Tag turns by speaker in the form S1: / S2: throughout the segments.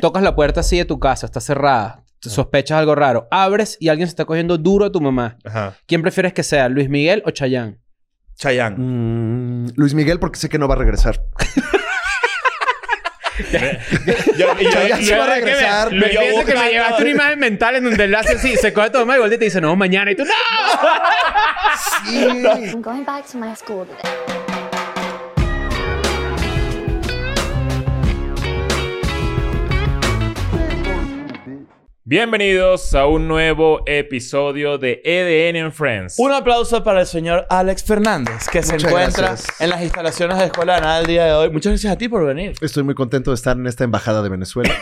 S1: Tocas la puerta así de tu casa, está cerrada. Te sospechas algo raro. Abres y alguien se está cogiendo duro a tu mamá.
S2: Ajá.
S1: ¿Quién prefieres que sea, Luis Miguel o Chayanne?
S2: Chayanne.
S3: Mm, Luis Miguel, porque sé que no va a regresar.
S2: Yo- y yo-
S3: Chayanne
S2: y
S3: se
S2: yo-
S3: va a regresar.
S2: me-
S3: me-
S2: yo
S4: Pienso que me
S2: buscando-
S4: llevaste una imagen mental en donde él hace así, se coge a tu mamá y vuelve y te dice, no, mañana. Y tú, ¡no!
S3: Sí.
S5: I'm going back to my school today.
S6: Bienvenidos a un nuevo episodio de E EDN en Friends.
S7: Un aplauso para el señor Alex Fernández, que se
S3: Muchas
S7: encuentra
S3: gracias.
S7: en las instalaciones de Escuela Anal el día de hoy. Muchas gracias a ti por venir.
S3: Estoy muy contento de estar en esta embajada de Venezuela.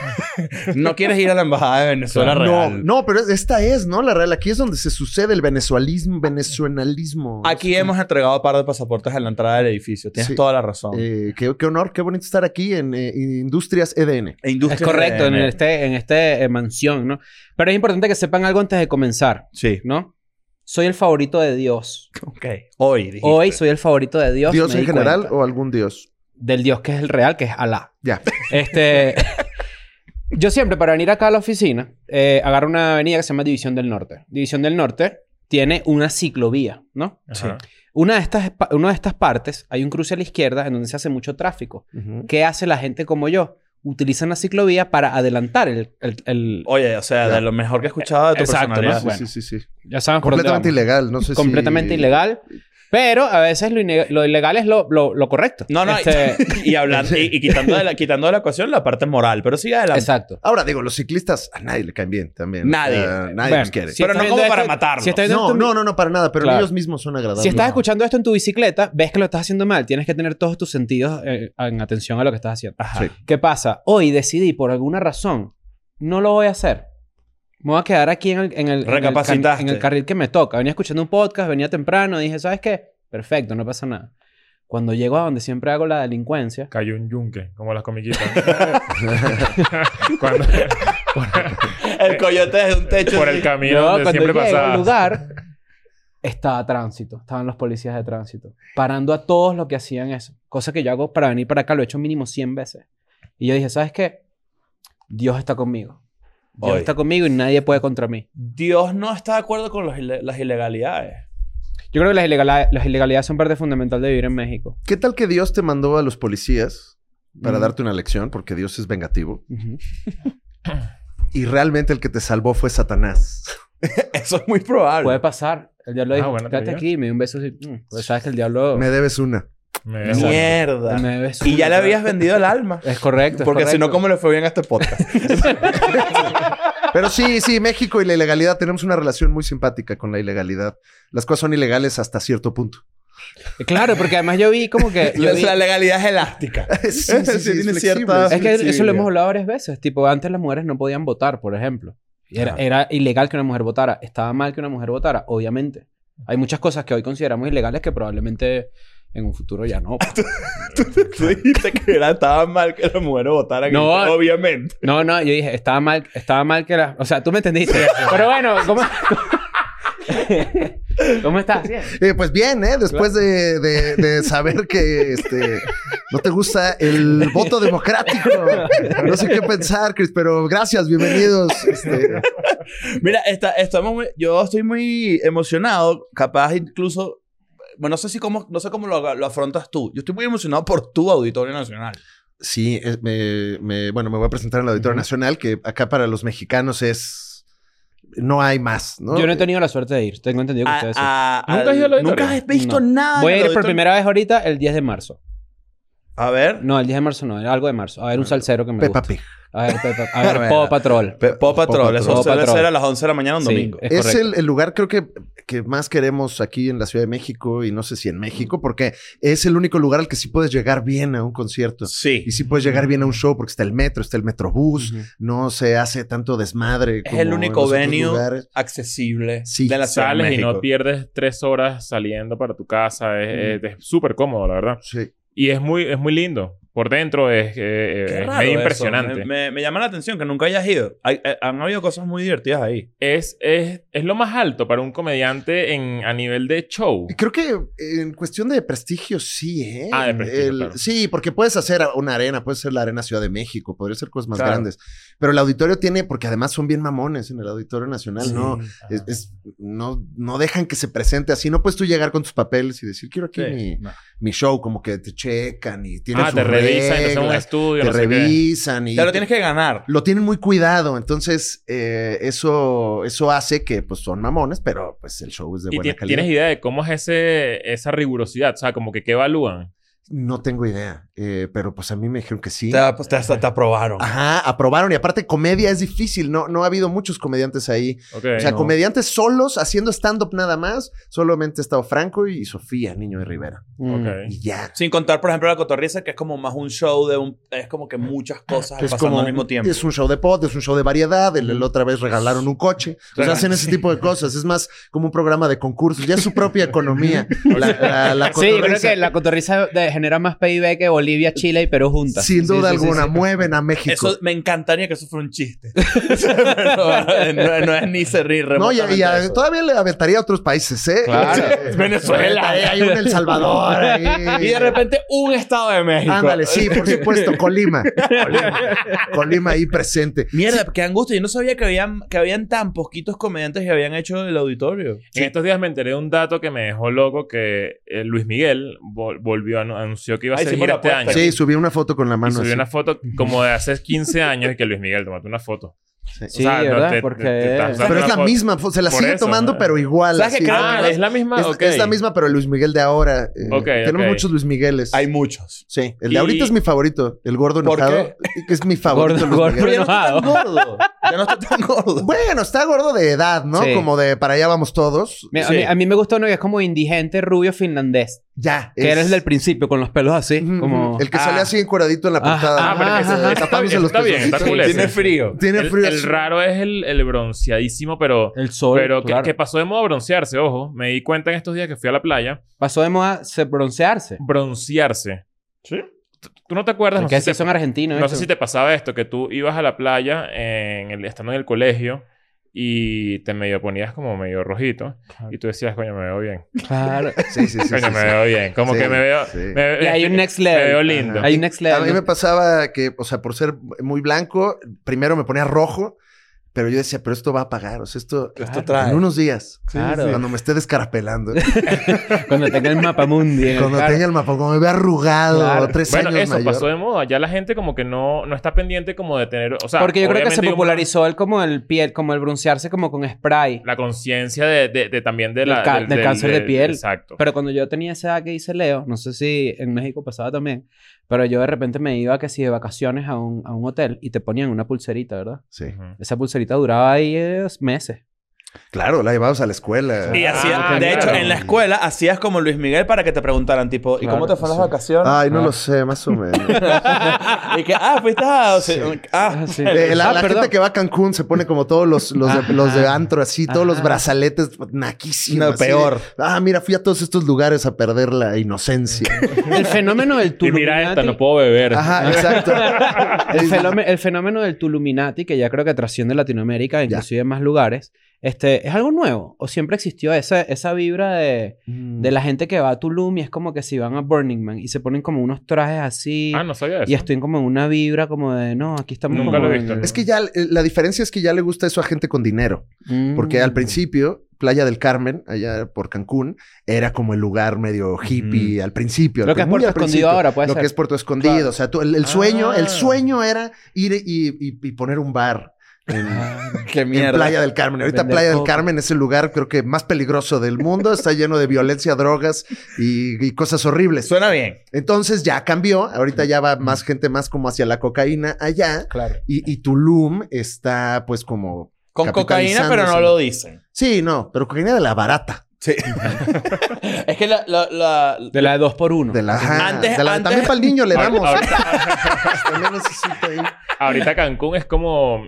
S7: No quieres ir a la Embajada de Venezuela
S3: No,
S7: real.
S3: no, pero es- esta es, ¿no? La real. Aquí es donde se sucede el venezualismo, venezuelanalismo.
S7: Aquí hemos entregado un par de pasaportes en la entrada del edificio. Tienes
S3: Sí.
S7: toda la razón.
S3: Eh, qué, qué honor, qué bonito estar aquí en eh, Industrias EDN.
S7: E industria
S1: Es correcto, en
S7: de-
S1: este, en este eh, mansión, ¿no? Pero es importante que sepan algo antes de comenzar,
S7: Sí.
S1: ¿no? Soy el favorito de Dios.
S7: Ok. Hoy. dijiste.
S1: Hoy soy el favorito de Dios.
S3: ¿Dios,
S1: me
S3: en
S1: di
S3: general
S1: cuenta.
S3: o algún Dios?
S1: Del Dios que es el real, que es Alá.
S3: Ya.
S1: Este. yo siempre, para venir acá a la oficina, eh, agarro una avenida que se llama División del Norte. División del Norte tiene una ciclovía, ¿no?
S6: Ajá.
S1: Una de, estas, espa- una de estas partes, hay un cruce a la izquierda en donde se hace mucho tráfico. ¿Qué hace la gente como yo? Utilizan la ciclovía para adelantar el- el- el,
S7: Oye, o sea,
S3: Ya.
S7: de lo mejor que he escuchado de tu
S1: Exacto, ¿no?
S7: personalidad.
S3: Ah, sí,
S1: bueno.
S3: sí, sí, sí.
S1: Ya sabemos por dónde
S3: Completamente
S1: vamos.
S3: ilegal, no sé si-
S1: Completamente ilegal. Pero a veces lo, ine- lo ilegal es lo, lo- lo correcto.
S7: No, no.
S1: Este,
S7: Y, y hablando, y, y quitando, de la, quitando de la ecuación la parte moral. Pero sigue adelante.
S1: exacto.
S3: Ahora digo, los ciclistas a nadie le caen bien también.
S7: Nadie.
S3: O sea, nadie
S1: Bueno,
S3: los quiere.
S1: si
S7: Pero
S1: estás
S7: no
S1: viendo
S7: como para matarlos.
S1: Si estás, viendo
S3: No,
S1: esto en-
S3: no, no, no, para nada. Pero
S1: Claro.
S3: ellos mismos son agradables.
S1: si estás
S3: No.
S1: escuchando esto en tu bicicleta, ves que lo estás haciendo mal. Tienes que tener todos tus sentidos eh, en atención a lo que estás haciendo.
S7: Ajá.
S3: Sí.
S1: ¿Qué pasa? Hoy decidí, por alguna razón, no lo voy a hacer. Me voy a quedar aquí en el, en el, en el,
S7: Recapacitaste.
S1: en el carril que me toca. Venía escuchando un podcast, venía temprano, dije, ¿sabes qué? Perfecto, no pasa nada. Cuando llego a donde siempre hago la delincuencia,
S6: Cayó un yunque, como las comiquitas. Cuando-
S7: El coyote desde un techo.
S6: por el camino
S1: Yo,
S6: donde
S1: cuando
S6: siempre
S1: llego
S6: pasaba.
S1: al lugar, estaba tránsito. Estaban los policías de tránsito. Parando a todos los que hacían eso. Cosa que yo hago para venir para acá. Lo he hecho mínimo 100 veces. Y yo dije, ¿sabes qué? Dios está conmigo. Dios
S7: Hoy.
S1: está conmigo y nadie puede contra mí.
S7: Dios no está de acuerdo con los ile- las ilegalidades.
S1: Yo creo que las, ilegala- las ilegalidades son parte fundamental de vivir en México.
S3: ¿Qué tal que Dios te mandó a los policías para
S1: Mm.
S3: darte una lección? Porque Dios es vengativo.
S1: Ujú.
S3: Y realmente el que te salvó fue Satanás.
S7: Eso es muy probable.
S1: Puede pasar. El diablo
S6: Ah,
S1: dijo,
S6: bueno,
S1: quédate
S6: te digo.
S1: aquí. Me dio un beso así. Mm, pues sabes que el diablo...
S3: Me debes una.
S6: Me dejó.
S7: Mierda.
S1: me besó.
S7: Y ya le habías vendido el alma.
S1: Es correcto. es
S7: Porque si no,
S1: correcto.
S7: ¿cómo le fue bien a este podcast?
S3: Pero sí, sí, México y la ilegalidad tenemos una relación muy simpática con la ilegalidad. Las cosas son ilegales hasta cierto punto.
S1: Claro, porque además yo vi como que... yo vi-
S7: la legalidad es elástica.
S3: Sí, sí, sí, es
S7: tiene
S3: flexible,
S7: cierta-
S3: sí.
S1: Es que eso lo
S7: flexibilidad.
S1: hemos hablado varias veces. Tipo, antes las mujeres no podían votar, por ejemplo. Y Era,
S3: Ajá.
S1: era ilegal que una mujer votara. Estaba mal que una mujer votara, obviamente. Hay muchas cosas que hoy consideramos ilegales que probablemente en un futuro ya no.
S7: Tú dijiste que era, estaba mal que las mujeres votaran.
S1: No.
S7: Y- obviamente.
S1: No, no, yo dije, estaba mal, estaba mal que la... O sea, tú me entendiste. Pero bueno, ¿cómo, ¿Cómo estás?
S3: Eh, pues bien, ¿eh? Después de, de- de saber que este, no te gusta el voto democrático. No sé qué pensar, Chris, pero gracias, bienvenidos. Este,
S7: Mira, está, estamos muy- yo estoy muy emocionado, capaz incluso. Bueno, no sé, si cómo, no sé cómo lo, lo afrontas tú. Yo estoy muy emocionado por tu Auditorio Nacional.
S3: sí, es- me, me- bueno, me voy a presentar en la Auditoría Nacional, que acá para los mexicanos es... No hay más, ¿no?
S1: Yo no he tenido la suerte de ir. Tengo entendido que ustedes sí.
S7: A- a-
S6: ¿Nunca has ido al auditorio?
S7: Nunca has visto
S1: Ah, No.
S7: nada.
S1: Voy a
S7: del
S1: ir por
S7: auditorio?
S1: primera vez ahorita el 10 de marzo.
S7: A ver.
S1: No, el 10 de marzo no, era algo de marzo. A ver, un salsero que me
S3: Peppa
S1: gusta.
S3: Pig.
S1: A ver, Peppa- a ver, Paw Patrol.
S7: Pe- Pop Patrol.
S3: Patrol.
S7: Eso
S1: Pop
S7: suele
S1: Patrol.
S7: ser a las 11 de la mañana un
S1: Sí,
S7: domingo.
S1: es
S3: Es,
S1: correcto.
S3: el, el lugar, creo que, que más queremos aquí en la Ciudad de México y no sé si en México, porque es el único lugar al que sí puedes llegar bien a un concierto.
S7: Sí.
S3: Y sí puedes llegar bien a un show porque está el metro, está el metrobús,
S1: Ujú.
S3: no se hace tanto desmadre.
S7: Es
S3: como
S7: el
S3: en
S7: único
S3: los otros
S7: venue
S3: lugares.
S7: accesible
S3: Sí.
S7: de la Ciudad de
S6: Sales y
S7: México.
S6: no pierdes tres
S7: Mm.
S6: horas saliendo para tu casa. Es es- es súper cómodo, la verdad.
S3: Sí.
S6: Y es muy, es muy lindo. por dentro es, eh, eh,
S7: Qué
S6: es
S7: raro
S6: medio
S7: eso.
S6: impresionante.
S7: Me, me- me llama la atención que nunca hayas ido. Hay- eh, han habido cosas muy divertidas ahí.
S6: Es, es, es lo más alto para un comediante en, a nivel de show.
S3: Creo que en cuestión de prestigio sí, ¿eh?
S6: Ah, de prestigio,
S3: El-
S6: claro.
S3: Sí, porque puedes hacer una arena, puedes ser la Arena Ciudad de México, podría ser cosas más
S6: Claro.
S3: grandes. Pero el auditorio tiene, porque además son bien mamones en el Auditorio Nacional, Ah, ¿no? Es- es- no, no dejan que se presente así. No puedes tú llegar con tus papeles y decir, quiero aquí mi, mi show, como que te checan y tienen
S6: Ah,
S3: sus
S6: te revisan, no sé, un
S3: reglas,
S6: estudio,
S3: te
S6: no sé qué.
S3: revisan y
S7: Claro, tienes que ganar.
S3: lo tienen muy cuidado. Entonces, eh, eso, eso hace que pues son mamones, pero pues el show es de
S6: ¿Y
S3: buena
S6: ti-
S3: calidad.
S6: tienes idea de cómo es ese, esa rigurosidad? O sea, como que qué evalúan.
S3: No tengo idea, eh, pero pues a mí me dijeron que sí. Ah.
S7: Te, pues, te- te aprobaron.
S3: Ajá, aprobaron y aparte comedia es difícil, no, no ha habido muchos comediantes ahí.
S6: Ok.
S3: O sea,
S7: no.
S3: comediantes solos haciendo stand-up nada más, solamente ha estado Franco y Sofía, Niño de Rivera.
S1: Mm.
S6: Ok.
S3: Y ya.
S7: Sin contar, por ejemplo, la cotorriza, que es como más un show de un. Es como que
S3: Ah,
S7: muchas cosas pasando al mismo tiempo.
S3: Es un show de pod, es un show de variedad. El, el otra vez regalaron un coche. O sea, hacen ese tipo de cosas. Es más como un programa de concursos. Ya es su propia economía. La, la-
S1: Sí,
S3: la
S1: yo creo
S3: cotorriza.
S1: que la cotorriza de- genera más PIB que Bolivia, Chile y Perú juntas.
S3: Sin
S1: Sí,
S3: duda
S1: sí, sí,
S3: alguna,
S1: sí.
S3: mueven a México.
S7: Eso me encantaría que eso fuera un chiste. no, no- no es ni se rir.
S3: No, y, y a-
S7: remotamente eso.
S3: todavía le aventaría a otros países, ¿eh?
S7: Claro.
S3: Sí.
S7: Venezuela.
S3: Ahí Hay un El Salvador. ahí.
S7: Y de repente un estado de México.
S3: Ándale, sí, por supuesto, Colima. Colima. Colima ahí presente.
S7: Mierda, qué angustia. Yo no sabía que habían, que habían tan poquitos comediantes que habían hecho el auditorio. Eh,
S6: En estos días me enteré de un dato que me dejó loco que eh, Luis Miguel vol- volvió, anu- anunció que iba a
S7: Ay,
S6: hacer
S7: hicimos
S6: gira
S7: la
S6: este
S7: apuesta.
S6: año.
S3: Sí, subí una foto con la
S6: Y
S3: mano.
S6: subió
S3: así.
S6: una foto como de hace 15 años y que Luis Miguel, tomate una foto.
S1: Sí,
S6: no
S1: ¿verdad?
S6: te- te-
S1: Porque...
S6: te estás dando
S3: Pero es
S6: una
S3: la
S6: foto.
S3: misma, fo- se la
S6: Por
S3: sigue
S6: eso,
S3: tomando,
S6: ¿no?
S3: pero igual.
S7: ¿Sabes
S3: así.
S7: que creo-
S6: Ah, es la misma.
S3: Es,
S6: ok.
S3: es la misma, pero Luis Miguel de ahora. eh,
S6: Ok,
S3: tenemos
S6: ok.
S3: muchos Luis Migueles.
S7: muchos.
S3: sí, el de
S6: Y-
S3: ahorita es mi favorito. El gordo
S7: ¿Por
S3: enojado. Que es mi favorito.
S1: Gordo-
S3: Luis
S1: gordo
S3: Miguel.
S7: Pero ya no está tan gordo. Ya no está tan gordo.
S3: Bueno, está gordo de edad, ¿no?
S1: Sí.
S3: Como de para allá vamos todos.
S1: Mira, a,
S7: Sí.
S1: mí, a mí me gustó uno que es como indigente, rubio, finlandés.
S3: Ya.
S1: Que
S3: es-
S1: eres del principio, con los pelos así.
S3: Ujú,
S1: como...
S3: El que
S7: Ah.
S3: sale así encueradito en la
S1: Ah,
S3: portada.
S1: ah, pero que se-
S3: Ajá,
S6: está-
S3: tapándose los
S6: está bien, está
S3: pezoncitos.
S6: cool ese.
S7: Tiene frío.
S3: Tiene
S6: El,
S3: frío.
S6: el
S3: así.
S6: raro es el, el bronceadísimo, pero,
S1: El sol,
S6: pero que,
S1: claro.
S6: que pasó de moda broncearse, ojo. Me di cuenta en estos días que fui a la playa.
S1: Pasó de moda se broncearse.
S6: Broncearse. ¿Sí? ¿Tú no te acuerdas? No
S1: que
S6: sé
S1: así
S6: si te-
S1: son argentinos.
S6: No
S1: eso.
S6: sé si te pasaba esto, que tú ibas a la playa en el, estando en el colegio y te medio ponías como medio rojito y tú decías, coño, me veo bien.
S1: Claro.
S3: Sí, sí, sí. sí,
S6: Coño,
S3: sí.
S6: me veo bien. Como
S3: Sí,
S6: que me veo...
S3: sí.
S6: me veo-
S1: Y hay un next
S6: me
S1: level.
S6: veo lindo.
S1: Hay un next
S3: A mí
S1: level.
S3: me pasaba que, o sea, por ser muy blanco, primero me ponía rojo, pero yo decía, pero esto va a pagar. O sea, esto,
S1: Claro.
S3: en unos días.
S1: Claro.
S3: Cuando me esté descarapelando.
S1: Cuando tenga el mapa mundi. en el
S3: cuando
S1: carro.
S3: tenga el mapa, cuando me vea arrugado,
S1: Claro.
S3: tres
S6: Bueno,
S3: años
S6: eso
S3: mayor.
S6: pasó de moda. Ya la gente como que no, no está pendiente como de tener... O sea,
S1: Porque yo creo que se
S6: obviamente hay un-
S1: popularizó el como el piel, como el broncearse como con spray.
S6: La conciencia de, de- de también de
S1: Del
S6: la...
S1: ca- del cáncer de piel.
S6: Exacto.
S1: Pero cuando yo tenía esa edad que hice Leo, no sé si en México pasaba también, pero yo de repente me iba que si de vacaciones a un, a un hotel y te ponían una pulserita, ¿verdad?
S3: Sí.
S6: Ujú.
S1: Esa pulserita duraba ahí eh, meses.
S3: Claro, la llevamos a la escuela.
S7: Y
S6: Ah,
S7: hacías,
S6: claro.
S7: de hecho, en la escuela hacías como Luis Miguel para que te preguntaran, tipo, ¿y
S1: Claro,
S7: cómo te fueron
S1: sí.
S7: las vacaciones?
S3: Ay,
S6: Ah.
S3: no lo sé, más o menos.
S7: y que, ah, fuiste a. o sea, Ah,
S1: Ah, sí.
S3: Eh, la
S1: Ah,
S3: la
S1: perdón.
S3: gente que va a Cancún se pone como todos los, los, de,
S1: Ajá.
S3: los de antro, así, todos los
S1: Ajá.
S3: brazaletes naquísimos.
S7: No,
S3: así de,
S7: peor.
S3: ah, mira, fui a todos estos lugares a perder la inocencia.
S1: El fenómeno del
S6: Y
S1: Tuluminati.
S6: mira esta, no puedo beber.
S3: Ajá, exacto.
S1: el, fenómeno, el fenómeno del Tuluminati, que ya creo que trasciende Latinoamérica, inclusive en más lugares, este, ¿es algo nuevo? ¿O siempre existió esa, esa vibra de,
S3: Mm.
S1: de la gente que va a Tulum y es como que si van a Burning Man y se ponen como unos trajes así?
S6: Ah, no sabía eso.
S1: Y estoy como en una vibra como de, no, aquí estamos
S6: Nunca
S1: como
S6: lo he
S1: en
S6: visto.
S1: el-
S3: Es que ya eh, la diferencia es que ya le gusta eso a gente con dinero.
S1: Mm.
S3: Porque al principio, Playa del Carmen, allá por Cancún, era como el lugar medio hippie al principio.
S1: Lo que es
S3: muy
S1: Puerto
S3: al
S1: Escondido
S3: principio.
S1: ahora, puede
S3: Lo
S1: ser.
S3: que es Puerto Escondido. O sea, tú- el, el sueño,
S6: Ah.
S3: el sueño era ir y, y- y poner un bar. En,
S1: Ah.
S7: qué
S3: en
S7: mierda.
S3: Playa del Carmen. Ahorita
S1: Vender
S3: Playa del
S1: coca.
S3: Carmen es el lugar, creo que más peligroso del mundo. Está lleno de violencia, drogas y, y cosas horribles.
S7: Suena bien.
S3: Entonces ya cambió. Ahorita ya va más gente más como hacia la cocaína allá.
S1: Claro.
S3: Y, y Tulum está pues como...
S7: Con cocaína, pero no
S3: Capitalizándose.
S7: lo dicen.
S3: Sí, no, pero cocaína de la barata.
S7: Es que la. la, la-
S1: De la de dos por uno.
S3: De la, ajá,
S7: Antes-
S3: de la-
S7: antes-
S3: También para el niño le
S6: Ahorita-
S3: damos.
S6: ahorita-
S3: También necesito ahí.
S6: Ahorita Cancún es como,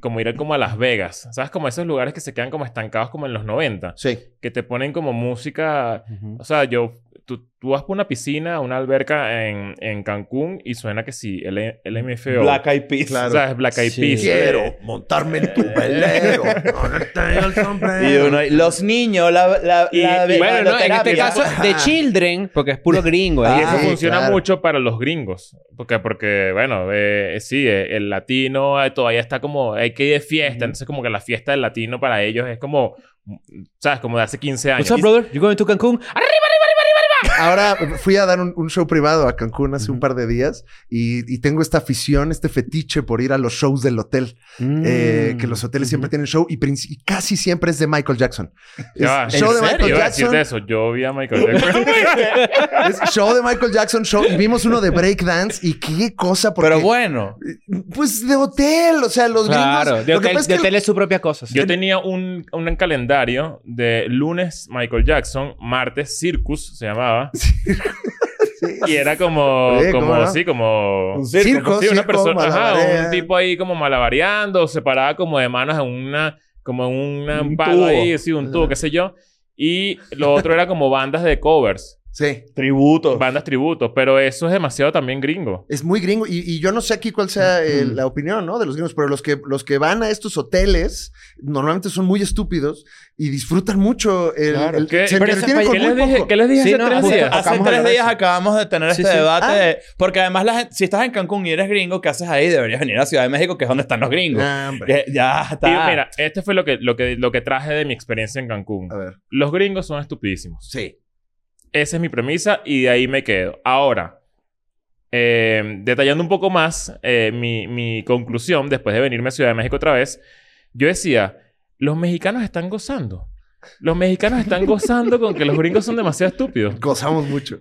S6: como ir como a Las Vegas. ¿Sabes? Como esos lugares que se quedan como estancados como en los 90.
S3: Sí.
S6: Que te ponen como música...
S1: Ujú.
S6: O sea, yo tú, tú vas por una piscina, una alberca en, en Cancún y suena que sí, el, el MFO.
S7: Black Eyed Peas.
S6: O
S3: Claro.
S6: sea, es Black Eyed
S1: Sí.
S6: Peas.
S3: Quiero montarme en tu velero. No le traigo el
S7: Y
S3: sombrero.
S7: uno, ahí, los niños, la, la,
S6: Y-
S7: la-
S6: y bueno,
S7: la
S1: no, en este
S7: terapia.
S1: caso, The Children, porque es puro gringo. ¿eh?
S6: Y
S3: Ah,
S6: eso
S3: sí,
S6: funciona
S3: claro.
S6: mucho para los gringos. Porque, porque bueno, eh, sí, eh, el latino eh, todavía está como... Hay que ir de fiesta. Entonces, como que la fiesta del latino para ellos es como... mm, ¿Sabes? Como de hace 15 años.
S1: What's up, brother? You going to Cancun?
S3: Ahora fui a dar un, un show privado a Cancún hace un par de días y, y tengo esta afición, este fetiche por ir a los shows del hotel.
S1: Mm.
S3: eh, que los
S6: Mm,
S3: hoteles siempre tienen show y, princi- y casi siempre es de Michael Jackson. Es
S6: Ya va.
S3: show
S6: ¿En
S3: de
S6: serio?
S3: Michael
S6: Iba a decirte
S3: Jackson.
S6: eso. Yo vi a Michael Jackson.
S3: Es show de Michael Jackson, show. Y vimos uno de breakdance y qué cosa. Porque,
S7: Pero bueno.
S3: Pues de hotel, o sea, los
S1: Claro,
S3: gringos.
S1: de
S3: lo que
S1: hotel,
S3: pasa es
S1: de
S3: que-
S1: hotel es su propia cosa. sí.
S6: Yo tenía un, un calendario de lunes Michael Jackson, martes Circus se llamaba. y era como,
S3: Sí,
S6: como
S3: ¿cómo no?
S6: sí, como
S3: Un circo,
S6: sí, una
S3: circo,
S6: persona, ajá,
S3: malabarean.
S6: un tipo ahí como malabareando, se paraba como de manos en una como en una- un
S7: Un
S6: palo
S7: tubo.
S6: ahí, sí, un tubo, qué sé yo. Y lo otro era como bandas de covers,
S3: Sí.
S7: Tributo.
S6: bandas tributos, pero eso es demasiado también gringo.
S3: Es muy gringo. Y, y yo no sé aquí cuál sea eh, la opinión, ¿no? De los gringos, pero los que, los que van a estos hoteles normalmente son muy estúpidos y disfrutan mucho el. el-
S6: ¿Qué,
S3: se
S6: pero-
S3: entretienen con
S6: ¿qué les
S3: muy
S6: dije,
S3: poco.
S6: ¿Qué les dije
S1: Sí,
S6: hace
S1: no,
S6: tres
S1: justo-
S6: días?
S7: Hace
S3: Acabamos de
S7: tres
S3: hablar de
S7: días
S3: eso.
S7: acabamos de tener
S1: Sí,
S7: este
S1: sí.
S7: debate.
S3: Ah.
S7: de- porque además, la gente- si estás en Cancún y eres gringo, ¿qué haces ahí? Deberías venir a Ciudad de México, que es donde están los gringos.
S3: Ah, hombre.
S7: Que ya está.
S6: Y mira, este fue lo que, lo, que, lo que traje de mi experiencia en Cancún.
S3: A ver.
S6: Los gringos son estupidísimos.
S3: Sí.
S6: Esa es mi premisa y de ahí me quedo. Ahora, eh, detallando un poco más eh, mi, mi conclusión después de venirme a Ciudad de México otra vez, yo decía, los mexicanos están gozando. Los mexicanos están gozando con que los gringos son demasiado estúpidos.
S3: Gozamos mucho.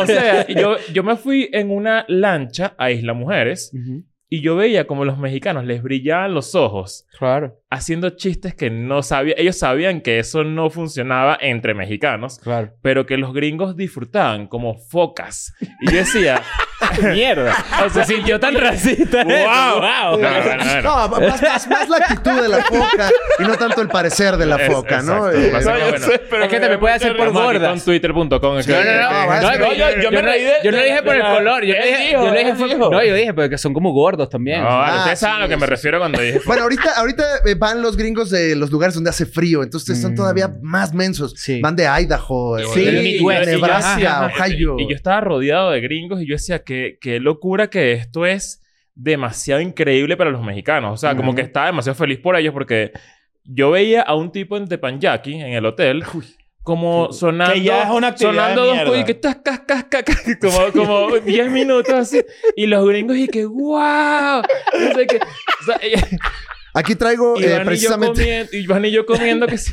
S6: O sea, yo, yo me fui en una lancha a Isla Mujeres
S1: Ujú.
S6: y yo veía como los mexicanos les brillaban los ojos
S1: Claro,
S6: haciendo chistes que no sabía. Ellos sabían que eso no funcionaba entre mexicanos,
S1: claro.
S6: pero que los gringos disfrutaban como focas. Y yo decía,
S1: "Ah, Mierda.
S6: o sea, si yo tan racista. ¡Wow! wow. No, bueno, bueno.
S3: No, más, más- más la actitud de la foca y no tanto el parecer de la
S6: Es-
S3: foca, ¿no?
S6: exacto.
S3: Eh,
S6: Pasa que,
S7: No, yo
S6: bueno,
S7: sé, pero
S1: es que
S7: me
S1: te me
S7: da
S1: puede
S7: mucha
S1: hacer por
S6: estamos aquí
S1: gorda.
S6: Con twitter.com.
S3: Sí,
S1: No, no, no.
S3: que-
S1: no,
S3: que-
S1: no,
S7: yo- yo- yo me
S1: no-
S7: reí de-
S1: Yo no
S7: de-
S1: dije por el
S7: de-
S1: color. Yo no
S7: él
S1: dije...
S7: dijo,
S1: Yo no dije...
S7: él
S1: fue-
S7: dijo.
S1: No, yo dije porque son como gordos también.
S6: No, vale,
S3: Ah,
S6: ustedes saben a lo
S3: sí,
S6: que me
S3: sí,
S6: refiero cuando dije.
S3: Bueno, ahorita, ahorita eh, van los gringos de los lugares donde hace frío, entonces están
S1: Mm.
S3: todavía más mensos.
S1: Sí.
S3: Van de Idaho, eh,
S1: Sí,
S3: de
S1: del Midwest,
S3: Nebraska,
S6: y yo decía-
S3: Ohio.
S6: Y yo estaba rodeado de gringos y yo decía, qué, qué locura que esto es demasiado increíble para los mexicanos. O sea, como que estaba demasiado feliz por ellos porque yo veía a un tipo en Tepanyaki, en el hotel, como sonando...
S7: Que ya es una actividad
S6: Sonando
S7: de
S6: dos
S7: mierda.
S6: cosas y que tas, cas, cas, cas, cas, como, como 10 minutos así. Y los gringos y que ¡guau! No sé qué. O sea, y-
S3: Aquí traigo
S6: y
S3: eh,
S6: Iván y yo
S3: precisamente.
S6: comiendo... y Iván y yo comiendo que... sí.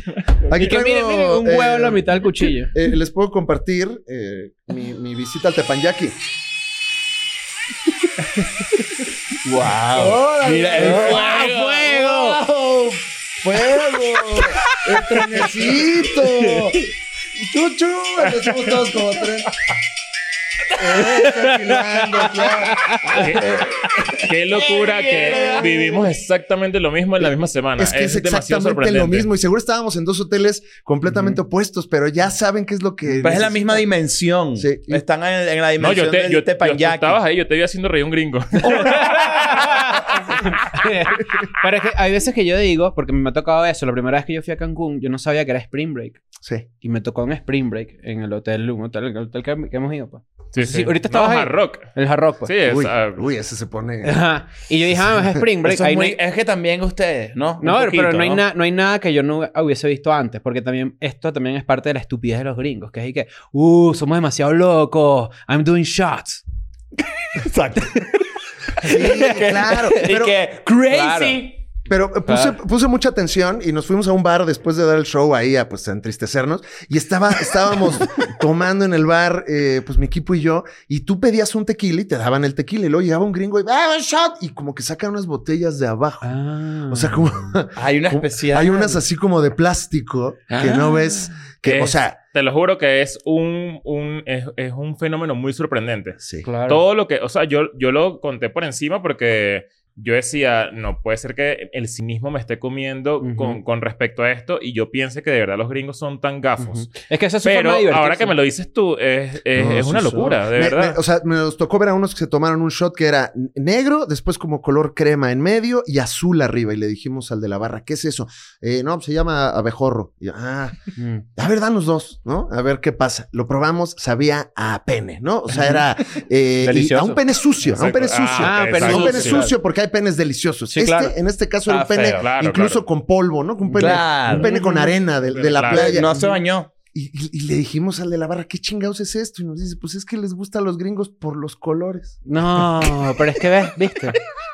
S3: Aquí
S1: Y que
S3: traigo,
S1: miren, miren, un huevo
S3: eh,
S1: en la mitad del cuchillo.
S3: eh, les puedo compartir eh, mi, mi visita al Tepanyaki.
S7: ¡Wow! Mira, el fuego.
S1: ¡Oh,
S3: ¡Fuego! ¡Fuego! ¡El trenecito! ¡Chuchu! Estamos todos como tren. Eh, perfilando, claro.
S6: Qué- Qué locura que vivimos exactamente lo mismo en la misma semana.
S3: Es que es,
S6: demasiado
S3: exactamente lo
S6: sorprendente.
S3: mismo. Y seguro estábamos en dos hoteles completamente opuestos, pero ya saben qué es lo que.
S7: Pero Pues es la misma
S3: necesitan.
S7: dimensión.
S3: Sí.
S7: Están en, en la
S6: No,
S7: dimensión este
S6: yo te,
S7: del
S6: yo, yo- tú
S7: Tepanyaki.
S6: estabas ahí, yo te vi haciendo reír a un gringo.
S1: Pero es que hay veces que yo digo, porque me ha tocado eso, la primera vez que yo fui a Cancún, yo no sabía que era Spring Break.
S3: Sí.
S1: Y me tocó en Spring Break, en el hotel, un hotel, el hotel que, que hemos ido, pues.
S6: Sí,
S1: Sí, ahorita estabas
S6: No,
S1: ahí.
S6: Hard Rock.
S1: El Hard Rock, pues.
S6: Sí, es,
S3: Uy,
S6: ah,
S3: uy, ese se pone.
S1: Ajá. Y yo dije, ah, es Spring Break.
S7: Eso es,
S1: ahí no
S7: muy-
S1: hay-
S7: es que también ustedes, ¿no? Un
S1: No, pero
S7: poquito,
S1: no hay, na- no hay nada que yo no hubiese visto antes, porque también esto también es parte de la estupidez de los gringos, que es ahí que, uh, somos demasiado locos, I'm doing shots.
S7: Exacto.
S3: Sí, claro. Pero,
S7: y que crazy.
S3: pero puse, puse mucha atención y nos fuimos a un bar después de dar el show ahí a, pues, a entristecernos. Y estaba, estábamos tomando en el bar, eh, pues mi equipo y yo. Y tú pedías un tequila y te daban el tequila. Y luego llegaba un gringo y ¡Ah, un shot! Y como que sacan unas botellas de abajo.
S1: Ah.
S3: O sea, como.
S7: Hay una
S3: como-
S7: especial.
S3: Hay unas así como de plástico que no ves. Que,
S6: Es-
S3: o sea.
S6: Te lo juro que es un, un, es, es un fenómeno muy sorprendente.
S3: Sí.
S1: claro.
S6: Todo lo que... O sea, yo, yo lo conté por encima porque yo decía, no puede ser que el cinismo me esté comiendo
S1: Ujú.
S6: con, con respecto a esto y yo piense que de verdad los gringos son tan gafos.
S1: Es que esa es su
S6: Pero
S1: forma de divertirse.
S6: ahora que me lo dices tú, es, es-
S3: No,
S6: Eh, es
S3: sí
S6: una
S3: son.
S6: locura, de
S3: Me-
S6: verdad.
S3: me- o sea, me nos tocó ver a unos que se tomaron un shot que era n- negro, después como color crema en medio y azul arriba. Y le dijimos al de la barra, ¿qué es eso? Eh, no, se llama abejorro. Y yo, ah,
S1: Mm.
S3: a ver, danos dos, ¿no? A ver qué pasa. Lo probamos, sabía a pene, ¿no? O sea, era... eh, y
S1: Delicioso.
S3: a un pene sucio, a un pene
S6: Exacto.
S3: sucio.
S1: Ah, pero
S3: a
S6: exacto.
S3: un pene
S1: sí,
S3: sucio porque hay penes deliciosos.
S1: Sí,
S3: este,
S1: claro.
S3: en este caso, era un
S7: Está
S3: pene
S7: feo.
S6: Claro,
S3: incluso
S6: claro.
S3: con polvo, ¿no? Un pene,
S7: Claro.
S3: un pene con arena de, de la
S6: Claro.
S3: playa.
S7: No se bañó.
S3: Y, y- y le dijimos al de la barra, ¿qué chingados es esto? Y nos dice, pues es que les gusta a los gringos por los colores.
S1: No, pero es que ves, viste.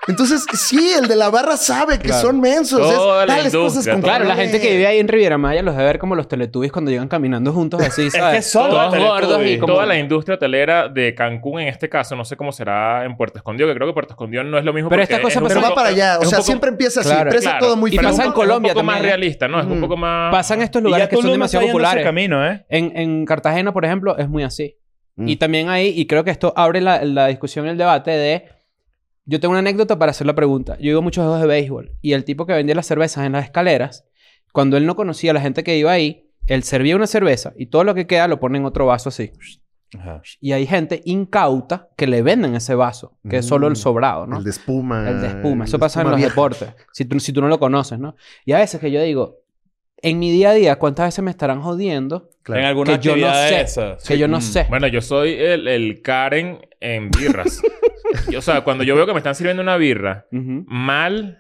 S3: Entonces, sí, el de la barra sabe que son mensos.
S6: Toda
S3: es,
S6: la
S3: tales cosas
S6: industria,
S3: con
S1: Claro, la
S3: colores.
S1: gente que vive ahí en Riviera Maya los debe ver como los Teletubbies cuando llegan caminando juntos así, ¿sabes?
S7: son los
S1: Todos gordos y
S7: Teletubbies.
S1: como...
S6: Toda la industria hotelera de Cancún, en este caso, no sé cómo será en Puerto Escondido, que creo que Puerto Escondido no es lo mismo.
S1: Pero
S6: porque
S1: esta cosa
S6: es un
S3: Pero
S1: pasa-
S6: poco-
S3: va para allá.
S6: es
S3: O
S6: un
S3: sea,
S6: poco-
S3: siempre empieza así.
S1: Claro,
S3: empieza
S6: claro.
S3: todo muy
S6: Y
S1: pasa
S3: frío.
S1: en Colombia
S6: Es un poco más
S1: también, ¿eh?
S6: realista, ¿no? Es un
S3: Mm.
S6: poco más...
S1: Pasan estos
S7: Y
S1: lugares
S7: ya
S1: que son
S7: Tulum está
S1: demasiado
S7: yendo ese
S1: populares.
S7: camino, ¿eh?
S1: En, en Cartagena, por ejemplo, es muy así.
S3: Mm.
S1: Y también ahí, y creo que esto abre la, la discusión y el debate de... Yo tengo una anécdota para hacer la pregunta. Yo iba a muchos juegos de béisbol y el tipo que vendía las cervezas en las escaleras, cuando él no conocía a la gente que iba ahí, él servía una cerveza y todo lo que queda lo pone en otro vaso así. Y hay gente incauta que le venden ese vaso, que es solo el
S3: Mm.
S1: sobrado, ¿no?
S3: El de espuma.
S1: El de espuma.
S3: el
S1: Eso
S3: de
S1: pasa en
S3: espuma
S1: los
S3: vieja.
S1: deportes. Si tú, si tú no lo conoces, ¿no? Y a veces que yo digo, en mi día a día, ¿cuántas veces me estarán jodiendo?
S3: Claro.
S7: En alguna
S1: Que yo no
S7: actividad
S1: sé.
S7: de esas. Mm.
S1: Que
S3: Mm,
S1: yo no sé.
S6: Bueno, yo soy el, el Karen en birras. Yo, o sea, cuando yo veo que me están sirviendo una birra
S1: Ujú.
S6: mal,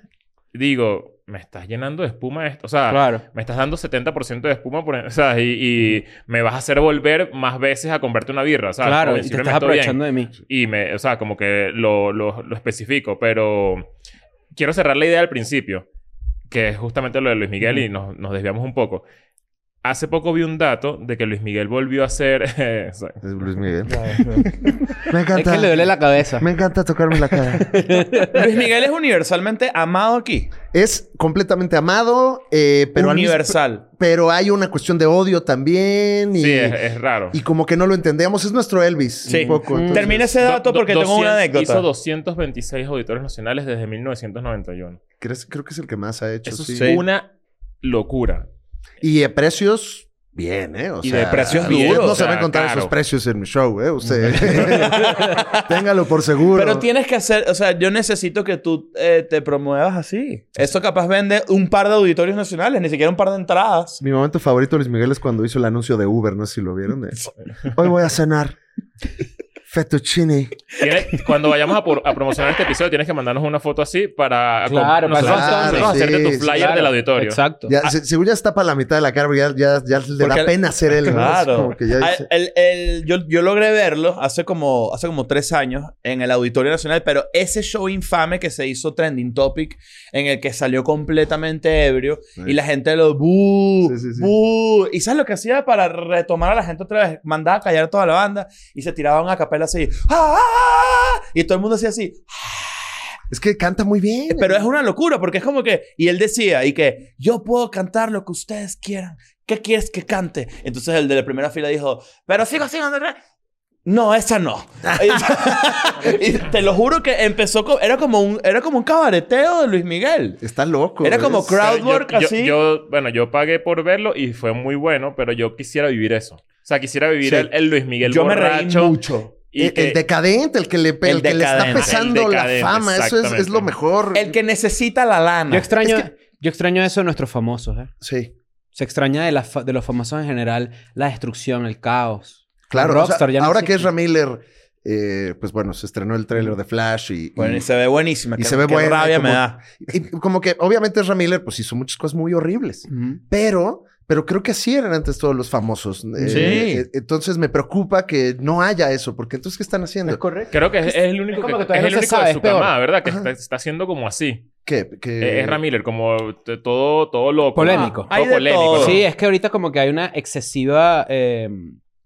S6: digo, me estás llenando de espuma esto. O sea,
S1: Claro.
S6: me estás dando 70% de espuma por... O sea, y, y me vas a hacer volver más veces a comprarte una birra. O sea,
S1: claro.
S6: joven,
S1: Y te
S6: sírveme
S1: estás
S6: esto bien.
S1: aprovechando de mí.
S6: Y me, o sea, como que lo, lo, lo especifico, pero quiero cerrar la idea al principio, que es justamente lo de Luis Miguel y nos, nos desviamos un poco. Hace poco vi un dato de que Luis Miguel volvió a ser... eh, sorry.
S3: Es Luis Miguel. Me encanta.
S1: Es que le duele la cabeza.
S3: Me encanta tocarme la cara.
S7: Luis Miguel es universalmente amado aquí.
S3: es completamente amado, eh, pero, al mismo-
S7: Universal.
S3: pero hay una cuestión de odio también. Y,
S6: sí, es, es raro.
S3: y como que no lo entendemos. Es nuestro Elvis.
S7: Sí.
S3: Un poco. entonces-
S7: Termina ese
S6: Do-
S7: dato
S6: do-
S7: porque tengo
S6: 200
S7: una
S6: Hizo
S7: anécdota.
S6: 226 auditores nacionales desde 1991.
S3: ¿Crees- Creo que es el que más ha hecho.
S6: Eso
S3: sí.
S6: es una locura.
S3: Y de precios, bien, ¿eh? O
S6: Y de precios
S3: ustedes
S6: bien,
S3: No
S6: o sea,
S3: saben contar
S6: caro.
S3: esos precios en mi show, ¿eh? Usted. Téngalo por seguro.
S7: Pero tienes que hacer, o sea, yo necesito que tú eh, te promuevas así. Eso capaz vende un par de auditorios nacionales, ni siquiera un par de entradas.
S3: Mi momento favorito de Luis Miguel es cuando hizo el anuncio de Uber. No sé si lo vieron. de, Hoy voy a cenar. Fettuccine.
S6: Tiene- cuando vayamos a, por- a promocionar este episodio, tienes que mandarnos una foto así para
S1: Claro,
S6: nosotros
S1: para
S6: vamos a
S1: hacer
S6: hacerte
S3: stories.
S6: tu flyer
S1: Claro,
S6: del auditorio.
S1: Exacto.
S3: Ya, se- según ya está para la mitad de la cara, porque ya, ya, ya
S7: Ah.
S3: le
S7: Porque-
S3: da pena ser él. ¿no? Es
S7: Claro.
S3: como que ya
S7: Ah,
S3: dice-
S7: el- el- yo, yo logré verlo hace como, hace como tres años en el Auditorio Nacional, pero ese show infame que se hizo Trending Topic, en el que salió completamente ebrio y la gente lo bu,
S3: Sí, sí, sí.
S7: bu. ¿Y sabes lo que hacía para retomar a la gente otra vez? Mandaba a callar a toda la banda y se tiraban a capela así. ¡Ah! Y todo el mundo hacía así.
S3: Es que canta muy bien.
S7: Eh, Pero es una locura porque es como que. Y él decía, y que yo puedo cantar lo que ustedes quieran. ¿Qué quieres que cante? Entonces el de la primera fila dijo, pero sigo, sigo. no, no". No, esa no. y te lo juro que empezó co- era como un era como un cabareteo de Luis Miguel.
S3: Está loco.
S7: Era como
S3: es-
S7: crowd
S6: Yo-
S7: work
S6: yo,
S7: así.
S6: yo- bueno, yo pagué por verlo y fue muy bueno, pero yo quisiera vivir eso. O sea, quisiera vivir
S7: Sí.
S6: el, el Luis Miguel
S7: yo me reí
S6: borracho.
S7: mucho.
S6: y
S3: Eh, el,
S6: que-
S3: el decadente, el que le, el
S7: El
S3: que le está
S7: decadente.
S3: pesando
S6: El
S3: la
S6: decadente,
S3: fama. Eso es, es lo
S6: exactamente.
S3: mejor.
S7: El que necesita la lana.
S1: Yo extraño, yo extraño eso de nuestros famosos, ¿eh?
S3: Sí.
S1: Se extraña de, las fa- de los famosos en general la destrucción, el caos.
S3: Claro,
S1: El rockstar
S3: o sea,
S1: ya no
S3: ahora
S1: existe.
S3: que es Ramiller, eh, pues bueno, se estrenó el tráiler de Flash y,
S7: Bueno,
S3: y-
S7: y se ve buenísima.
S3: Y
S7: Qué-
S3: se ve
S7: qué
S3: buena,
S7: rabia
S3: como-
S7: me da.
S3: y como que obviamente es Ramiller, pues hizo muchas cosas muy horribles, pero, pero creo que así eran antes todos los famosos. Eh,
S7: Sí.
S3: eh, entonces me preocupa que no haya eso, porque entonces ¿qué están haciendo?
S1: correcto.
S6: Creo que es, es el único
S1: como
S6: que,
S1: que todavía
S6: es el
S1: no se
S6: único
S1: sabe,
S6: de
S1: es
S6: su
S1: peor.
S6: camada, ¿verdad? Que
S3: Ajá.
S6: está, está haciendo como así.
S3: Que, que-
S6: Eh, es Ramírez, como t- todo, todo loco.
S1: Polémico.
S6: Todo
S7: Hay de
S6: polémico.
S7: todo.
S6: ¿no?
S1: Sí, es que ahorita como que hay una excesiva... eh,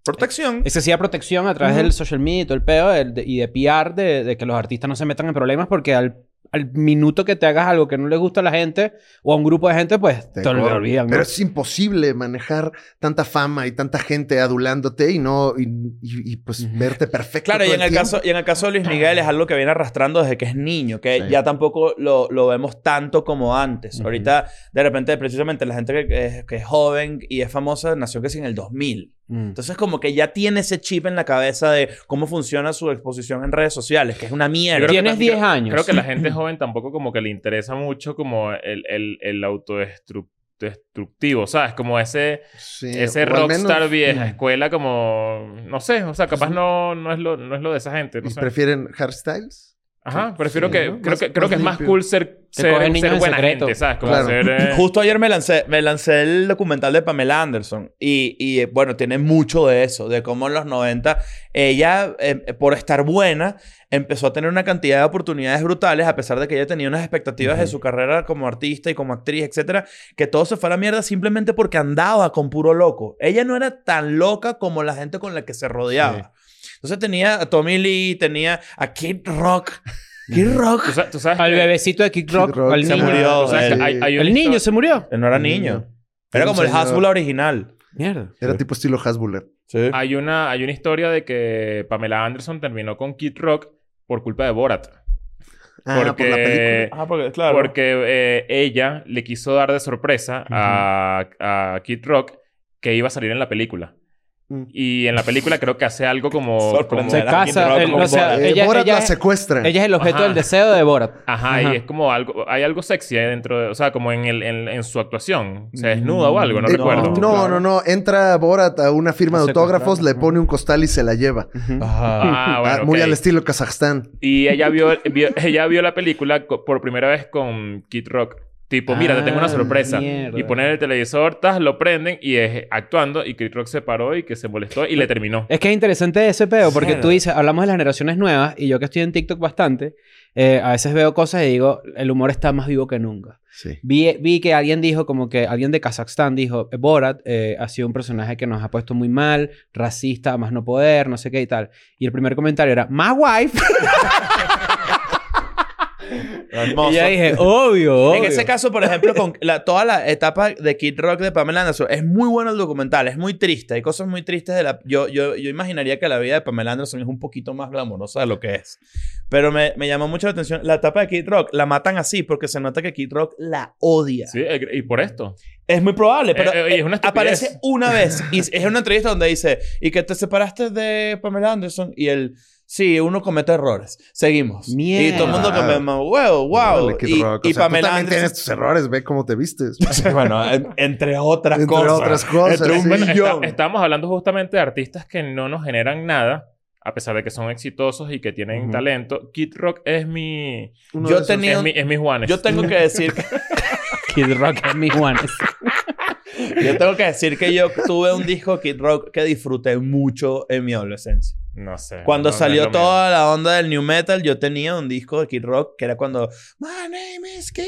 S7: Protección.
S1: excesiva protección a través del social media y todo el pedo del- de- y de PR de, de que los artistas no se metan en problemas porque al, al minuto que te hagas algo que no le gusta a la gente o a un grupo de gente, pues te,
S3: Te
S1: lo
S3: corren.
S1: olvidan. ¿no?
S3: Pero es imposible manejar tanta fama y tanta gente adulándote y no y, y- y, pues verte perfecto.
S7: Claro, y
S3: todo
S7: en, el
S3: tiempo.
S7: caso, y en el caso de Luis Miguel es algo que viene arrastrando desde que es niño, que
S3: Sí.
S7: ya tampoco lo, lo vemos tanto como antes. Ahorita, de repente, precisamente la gente que es, que es joven y es famosa nació casi en el 2000.
S1: Mm.
S7: Entonces, como que ya tiene ese chip en la cabeza de cómo funciona su exposición en redes sociales, que es una mierda.
S6: creo que
S1: Tienes
S6: también-
S1: 10 años.
S6: Creo que la gente joven tampoco como que le interesa mucho como el, el, el autodestructivo, ¿sabes? Como ese,
S3: Sí,
S6: ese
S3: o al menos- Pues
S6: rockstar vieja escuela como... No sé, o sea, capaz no, no, es, lo, no es lo de esa gente, no
S3: ¿Y
S6: sé.
S3: prefieren hairstyles?
S6: Ajá, prefiero
S3: Sí,
S6: que...
S3: ¿no?
S6: Creo,
S3: Más-
S6: que, creo
S3: más
S6: que es más
S3: limpio.
S6: cool ser,
S1: cogen
S6: ser,
S1: niños
S6: ser
S1: en
S6: buena
S1: secreto.
S6: gente, ¿sabes? Como
S3: Claro.
S6: ser... eh,
S7: Justo ayer me lancé, me lancé el documental de Pamela Anderson y, y, eh, bueno, tiene mucho de eso, de cómo en los 90 ella, eh, por estar buena, empezó a tener una cantidad de oportunidades brutales, a pesar de que ella tenía unas expectativas de su carrera como artista y como actriz, etcétera, que todo se fue a la mierda simplemente porque andaba con puro loco. Ella no era tan loca como la gente con la que se rodeaba. Entonces tenía a Tommy Lee, tenía a Kid Rock. Kid Rock.
S6: tú sa- tú sabes
S1: Al
S6: que-
S1: bebecito de Kick Rock,
S3: Kid Rock
S1: al
S7: se
S1: niño.
S7: murió.
S6: tú sabes que
S3: Sí.
S6: hay- hay una
S1: El niño
S6: historia-
S1: se murió.
S7: Él no era niño. Era como el
S3: Un señor-
S7: Hasbula original.
S1: Mierda.
S3: Era tipo estilo Hasbuller.
S7: Sí.
S6: Hay una, hay una historia de que Pamela Anderson terminó con Kid Rock por culpa de Borat.
S3: Ah, por la película.
S6: Porque-
S7: Ah, porque, claro.
S6: Porque eh, ella le quiso dar de sorpresa a, a Kid Rock que iba a salir en la película.
S3: Mm.
S6: Y en la película creo que hace algo como...
S7: Sorprendente.
S6: como-
S1: Se
S7: Era Kid
S1: casa.
S7: Rock
S1: él-
S7: con
S1: o sea,
S6: Ah,
S7: Borat.
S3: Eh,
S1: ella,
S3: Borat
S1: ella
S3: la
S1: es,
S3: secuestra.
S1: ella es el objeto
S6: Ajá.
S1: del deseo de Borat.
S6: Ajá,
S1: Ajá.
S6: y es como algo... Hay algo sexy ahí dentro de... O sea, como en, el, en, en su actuación. Se desnuda o algo, no
S3: Eh,
S6: recuerdo.
S3: No, no, no. Entra Borat a una firma de autógrafos, le pone un costal y se la lleva.
S6: Ah,
S3: Ah,
S6: bueno,
S3: Muy
S6: ok.
S3: al estilo Kazajstán.
S6: Y ella vio, vio- ella vio la película co- por primera vez con Kid Rock. Tipo, mira, te tengo
S1: Ah,
S6: una sorpresa.
S1: mierda.
S6: Y ponen el televisor, tas, lo prenden y es actuando. Y Kid Rock se paró y que se molestó y le terminó.
S7: eh,
S1: Es que es interesante ese pedo, porque
S7: Claro.
S1: tú dices, hablamos de las generaciones nuevas, y yo que estoy en TikTok bastante, eh, a veces veo cosas y digo, el humor está más vivo que nunca.
S3: Sí.
S1: Vi, vi que alguien dijo, como que alguien de Kazajstán dijo, "Eh, Borat eh, ha sido un personaje que nos ha puesto muy mal, racista, a más no poder, no sé qué y tal. Y el primer comentario era, My wife.
S7: Hermoso.
S1: Y yo dije, obvio, obvio.
S7: En ese caso, por ejemplo, con la- toda la etapa de Kid Rock de Pamela Anderson, es muy bueno el documental, es muy triste, hay cosas muy tristes de la... Yo, yo, yo imaginaría que la vida de Pamela Anderson es un poquito más glamorosa de lo que es. Pero me, me llamó mucho la atención, la etapa de Kid Rock, la matan así porque se nota que Kid Rock la odia.
S6: Sí, eh, y por esto.
S7: Es muy probable, pero
S6: Eh, eh, es una
S7: eh,
S6: estupidez.
S7: aparece una vez y es una entrevista donde dice, ¿y que te separaste de Pamela Anderson? Y él, sí, uno comete errores. Seguimos. Y
S1: Mierda.
S7: todo el mundo como, wow, wow.
S3: Órale, Kid
S7: y
S3: Rock. O
S7: y
S3: sea, tú
S7: Pamela
S3: también
S7: Anderson...
S3: tienes tus errores, ve cómo te vistes.
S7: bueno, en- entre otras
S3: Entre
S7: cosas.
S3: otras cosas.
S7: Entre un
S3: sí.
S6: Bueno, está-
S7: millón.
S6: estamos hablando justamente de artistas que no nos generan nada. A pesar de que son exitosos y que tienen talento. Kid Rock es mi...
S3: Uno
S7: Yo
S3: de esos.
S7: tenía-
S6: Es mi, es mi Juanes.
S7: Yo tengo que decir que,
S1: Kid Rock es mi Juanes.
S7: yo tengo que decir que yo tuve un disco Kid Rock que disfruté mucho en mi adolescencia.
S6: No sé.
S7: Cuando
S6: no, no
S7: salió
S6: es lo mío.
S7: toda la onda del new metal, yo tenía un disco de Kid Rock que era cuando My name is Kid.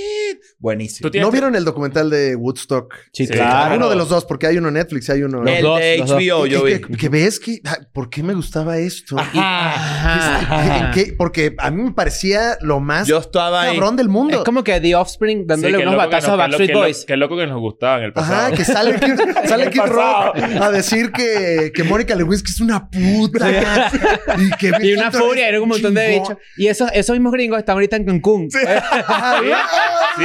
S7: Buenísimo.
S6: Tú tienes-
S3: ¿No vieron el documental de Woodstock?
S1: Sí,
S6: Sí.
S1: claro.
S3: Uno de los dos, porque hay uno en Netflix y hay uno...
S1: Los
S7: el
S1: dos,
S7: de
S1: los dos.
S7: HBO, yo vi.
S3: que, que- que ves que... ah, ¿Por qué me gustaba esto?
S1: Ajá.
S3: ¿Qué- qué- porque a mí me parecía lo más
S7: Yo estaba ahí.
S3: cabrón del mundo.
S1: Es como que The Offspring
S6: Sí,
S1: dándole
S6: qué
S1: unos
S6: loco que
S1: batazos a
S6: nos- qué lo-
S1: Backstreet
S6: qué lo-
S1: Boys.
S6: Qué loco que nos gustaba en el pasado.
S3: Ajá, que sale Kid, sale
S7: El
S3: Kid
S7: pasado.
S3: Rock a decir que, que Mónica Lewinsky es una puta. y, que
S1: Y una furia, era un montón de
S3: Chingón.
S1: bichos. Y esos, esos mismos gringos están ahorita en Cancún.
S3: Ajá,
S6: Sí.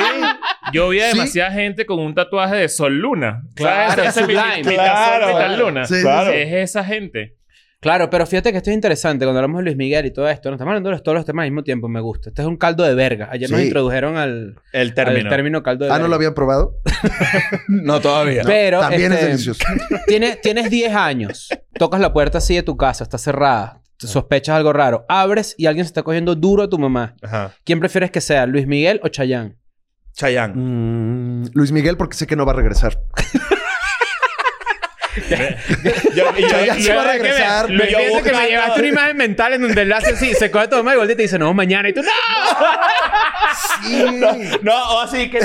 S6: Yo vi a
S3: Sí.
S6: demasiada gente con un tatuaje de Sol Luna.
S1: Claro,
S6: ¿Sabes? Ese es mi- mi- mi
S1: Sublime.
S6: tazón, mi
S7: Claro.
S6: tal Luna.
S3: Sí, sí,
S7: Claro. sí.
S6: Es esa gente.
S1: Claro, pero fíjate que esto es interesante. Cuando hablamos de Luis Miguel y todo esto, nos estamos hablando de todos los temas al mismo tiempo. Me gusta. Este es un caldo de verga. Ayer nos
S3: Sí.
S1: introdujeron al
S7: El
S1: al
S7: término.
S1: término caldo de
S3: Ah,
S1: verga.
S3: ¿no lo habían probado?
S7: No, todavía.
S1: Pero,
S3: También
S1: este,
S3: es delicioso.
S1: tiene- tienes 10 años. Tocas la puerta así de tu casa. Está cerrada. te Sospechas algo raro. Abres y alguien se está cogiendo duro a tu mamá.
S7: Ajá.
S1: ¿Quién prefieres que sea? ¿Luis Miguel o Chayanne?
S7: Chayanne.
S3: Mm, Luis Miguel, porque sé que no va a regresar.
S6: Y yo-
S3: Chayanne
S6: y
S3: se
S6: yo-
S3: va a
S6: que me-
S3: regresar.
S6: lo
S7: Yo
S6: pienso que me
S7: buscando-
S6: llevaste
S4: Llevaste una imagen mental en donde él hace así, se coge todo mal y te dice, no, mañana. Y tú, no.
S3: Sí.
S7: No, o así que.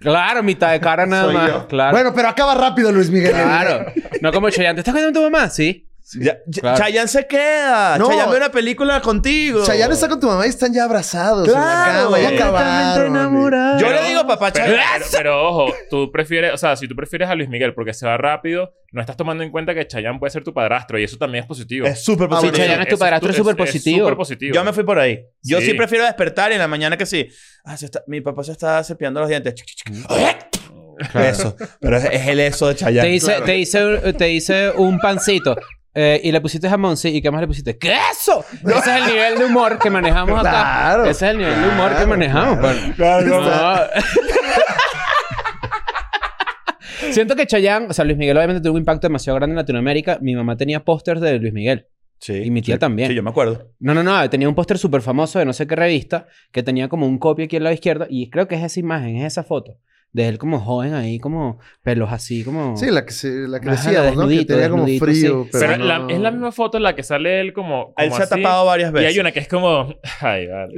S1: Claro, mitad de cara nada
S3: Soy
S1: más.
S3: yo.
S1: Claro.
S3: Bueno, pero acaba rápido Luis Miguel.
S1: claro. No como Chayanne. ¿Te estás cogiendo a tu mamá? Sí.
S7: Ya- ya-
S1: claro.
S7: Chayanne se queda.
S3: No.
S7: Chayanne ve una película contigo.
S3: Chayanne está con tu mamá y están ya abrazados.
S7: Claro,
S3: en la cama, ya
S1: completamente
S3: acabaron.
S1: enamorado.
S7: Eh, Yo
S6: Pero-
S7: le digo papá
S6: Pero,
S7: Chayanne.
S6: pero- pero ojo, tú prefieres, o sea, si tú prefieres a Luis Miguel porque se va rápido, no estás tomando en cuenta que Chayanne puede ser tu padrastro y eso también es positivo.
S7: Es súper
S3: Ah,
S7: positivo.
S3: bueno,
S1: Sí, Chayanne es tu
S6: Eso
S1: padrastro, es
S6: tú-
S1: súper positivo.
S6: súper positivo.
S7: Yo me fui por ahí. Yo sí.
S6: Sí.
S7: prefiero despertar y en la mañana que sí. Ah, se está- mi papá se está cepillando los dientes. Chic, chic, chic. Eso. Pero es, es el eso de
S1: Mm. Te
S7: Chayanne.
S1: hice, te, hice, te hice un pancito. eh, y le pusiste jamón, sí. ¿Y qué más le pusiste? ¡Queso! Ese es el nivel de humor que manejamos acá.
S3: Claro,
S1: Ese es el nivel de humor que
S3: claro,
S1: manejamos.
S3: claro.
S1: pues.
S3: Claro.
S1: No. Siento que Chayanne... O sea, Luis Miguel obviamente tuvo un impacto demasiado grande en Latinoamérica. Mi mamá tenía pósters de Luis Miguel.
S7: Sí.
S1: Y mi tía
S7: Sí,
S1: también.
S7: Sí, yo me acuerdo.
S1: No, no, no. Tenía un póster súper famoso de no sé qué revista que tenía como un copia aquí al lado izquierdo. Y creo que es esa imagen, es esa foto. De él como joven ahí, como pelos así, como...
S3: Sí, la que, se, la que
S1: Ajá,
S3: decíamos, ¿no? Que
S1: desnudito,
S3: tenía como
S1: desnudito,
S3: frío.
S1: sí.
S6: Pero,
S3: Pero,
S6: la-
S3: no-
S6: es la misma foto en la que sale él como. como
S7: Él se ha
S6: así,
S7: tapado varias
S6: Y
S7: veces.
S6: hay una que es como. Ay, vale.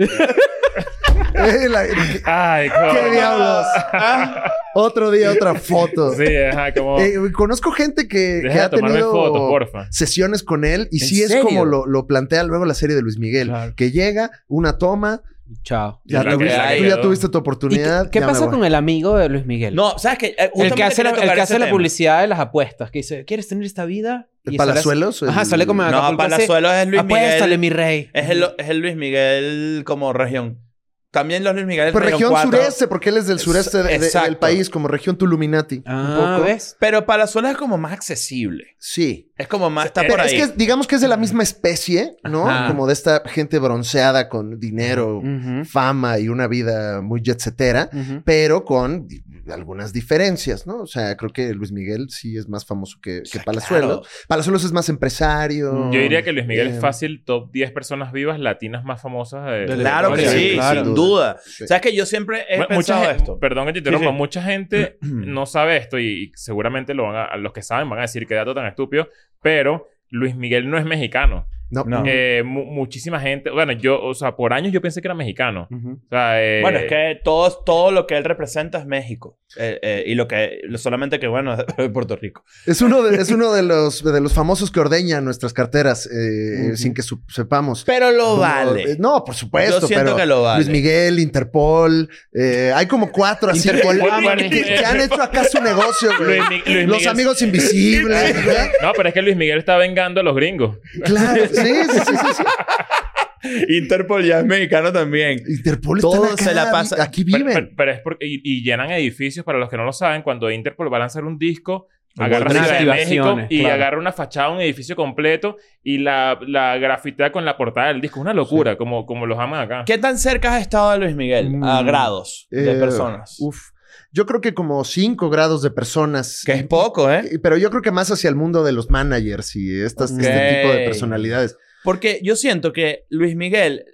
S3: Eh, la- ¿Qué
S6: Ay, como.
S3: diablos? Ah, Otro día, otra foto.
S6: Sí, ajá, como.
S3: Eh, conozco gente que, que
S6: Deja
S3: ha
S6: de tomarme
S3: tenido
S6: fotos, porfa.
S3: sesiones con él y
S1: ¿En
S3: sí es
S1: serio?
S3: como lo, lo plantea luego la serie de Luis Miguel,
S1: Claro.
S3: que llega, una toma,
S1: Chao.
S3: ya
S6: Y la que-
S3: tuviste,
S7: la que
S3: tú ya
S6: quedó.
S3: tuviste tu
S1: ¿Y
S3: oportunidad.
S1: qué qué
S3: ya me
S1: pasa
S3: voy.
S1: con el amigo de Luis Miguel?
S7: No, ¿sabes qué? Eh,
S1: El que
S7: justamente
S1: hace, la,
S7: quería
S1: el
S7: tocar
S1: que
S7: ese
S1: hace la
S7: tema.
S1: publicidad de las apuestas, que dice, ¿quieres tener esta vida?
S3: ¿El
S1: Y sale así.
S3: Palazuelos?
S1: Ajá,
S3: El-
S1: sale como en
S7: No,
S1: Acapulco, así,
S7: Palazuelos es Luis
S1: Apuéstale,
S7: Miguel.
S1: mi rey.
S7: Es el, es el Luis Miguel como región. También los Luis Miguel.
S3: Pues región
S7: cuatro.
S3: sureste, porque él es del
S7: Es-
S3: sureste de- de- del
S7: exacto.
S3: país, como región Tuluminati.
S1: Ah,
S3: poco.
S1: ¿ves?
S7: Pero Palazuelos es como más accesible.
S3: Sí.
S7: Es como más. Está
S6: Eh,
S7: por
S3: Pero es
S7: ahí. Mm.
S3: que digamos que es de la misma especie, ¿no?
S1: Ajá.
S3: Como de esta gente bronceada con dinero,
S7: Mm.
S1: Ujú,
S3: fama y una vida muy jetsetera.
S1: ujú.
S3: pero con di- algunas diferencias, ¿no? O sea, creo que Luis Miguel sí es más famoso que, que Palazuelos. Palazuelos es más empresario.
S7: Mm.
S6: Yo diría que Luis Miguel
S3: Eh,
S6: es fácil top 10 personas vivas latinas más famosas de.
S7: Claro que
S3: Sí,
S7: sí,
S3: claro.
S7: sin duda.
S3: Sí.
S7: ¿Sabes que yo siempre he
S6: Mu-
S7: pensado
S6: mucha gen-
S7: esto?
S6: Perdón que te interrumpa.
S7: sí.
S6: Mucha gente
S7: Mm.
S6: no sabe esto y, y seguramente lo van a, a los que saben van a decir qué dato tan estúpido, pero Luis Miguel no es mexicano.
S3: No,
S7: No.
S6: Eh, mu- muchísima gente, bueno, yo, o sea, por años yo pensé que era mexicano.
S1: Ujú.
S6: O sea, eh,
S7: Bueno, es que todo, todo lo que él representa es México. Eh, eh, y lo que... lo- Solamente que, bueno, es Puerto Rico.
S3: Es uno, de, es uno de, los, de los famosos que ordeña nuestras carteras eh,
S1: Ujú.
S3: sin que su- sepamos.
S7: Pero lo
S3: Como-
S7: vale.
S3: eh, No, por supuesto.
S7: Yo siento
S3: pero
S7: que lo vale.
S3: Luis Miguel, Interpol. eh, hay como cuatro así que,
S1: Interpol,
S3: que-
S1: vale.
S3: que- que han hecho acá su negocio. güey.
S6: Luis Mi- Luis
S3: los
S6: Miguel-
S3: amigos invisibles. ¿verdad?
S6: No, pero es que Luis Miguel está vengando a los gringos.
S3: Claro. Sí, sí, sí, sí, sí.
S7: Interpol ya es mexicano también.
S3: Interpol
S7: Todos
S3: está acá,
S7: se la pasan-
S3: Aquí
S6: Pero,
S3: viven.
S6: pero- pero es porque... Y, y llenan edificios, para los que no lo saben, cuando Interpol va a lanzar un disco,
S1: Con
S6: agarra
S1: otras
S6: Ciudad de México
S1: activaciones,
S6: y
S1: claro.
S6: agarra una fachada, un edificio completo y la, la grafitea con la portada del disco. Es una locura, como, como los aman acá.
S7: ¿Qué tan cerca has estado de Luis Miguel? A
S1: Mm.
S7: grados de
S3: Eh,
S7: personas.
S3: Uf. Yo creo que como 5 grados de personas.
S7: Que es poco, ¿eh?
S3: Eh, Pero yo creo que más hacia el mundo de los managers y estas, este
S7: Ok.
S3: tipo de personalidades.
S7: Porque yo siento que Luis Miguel...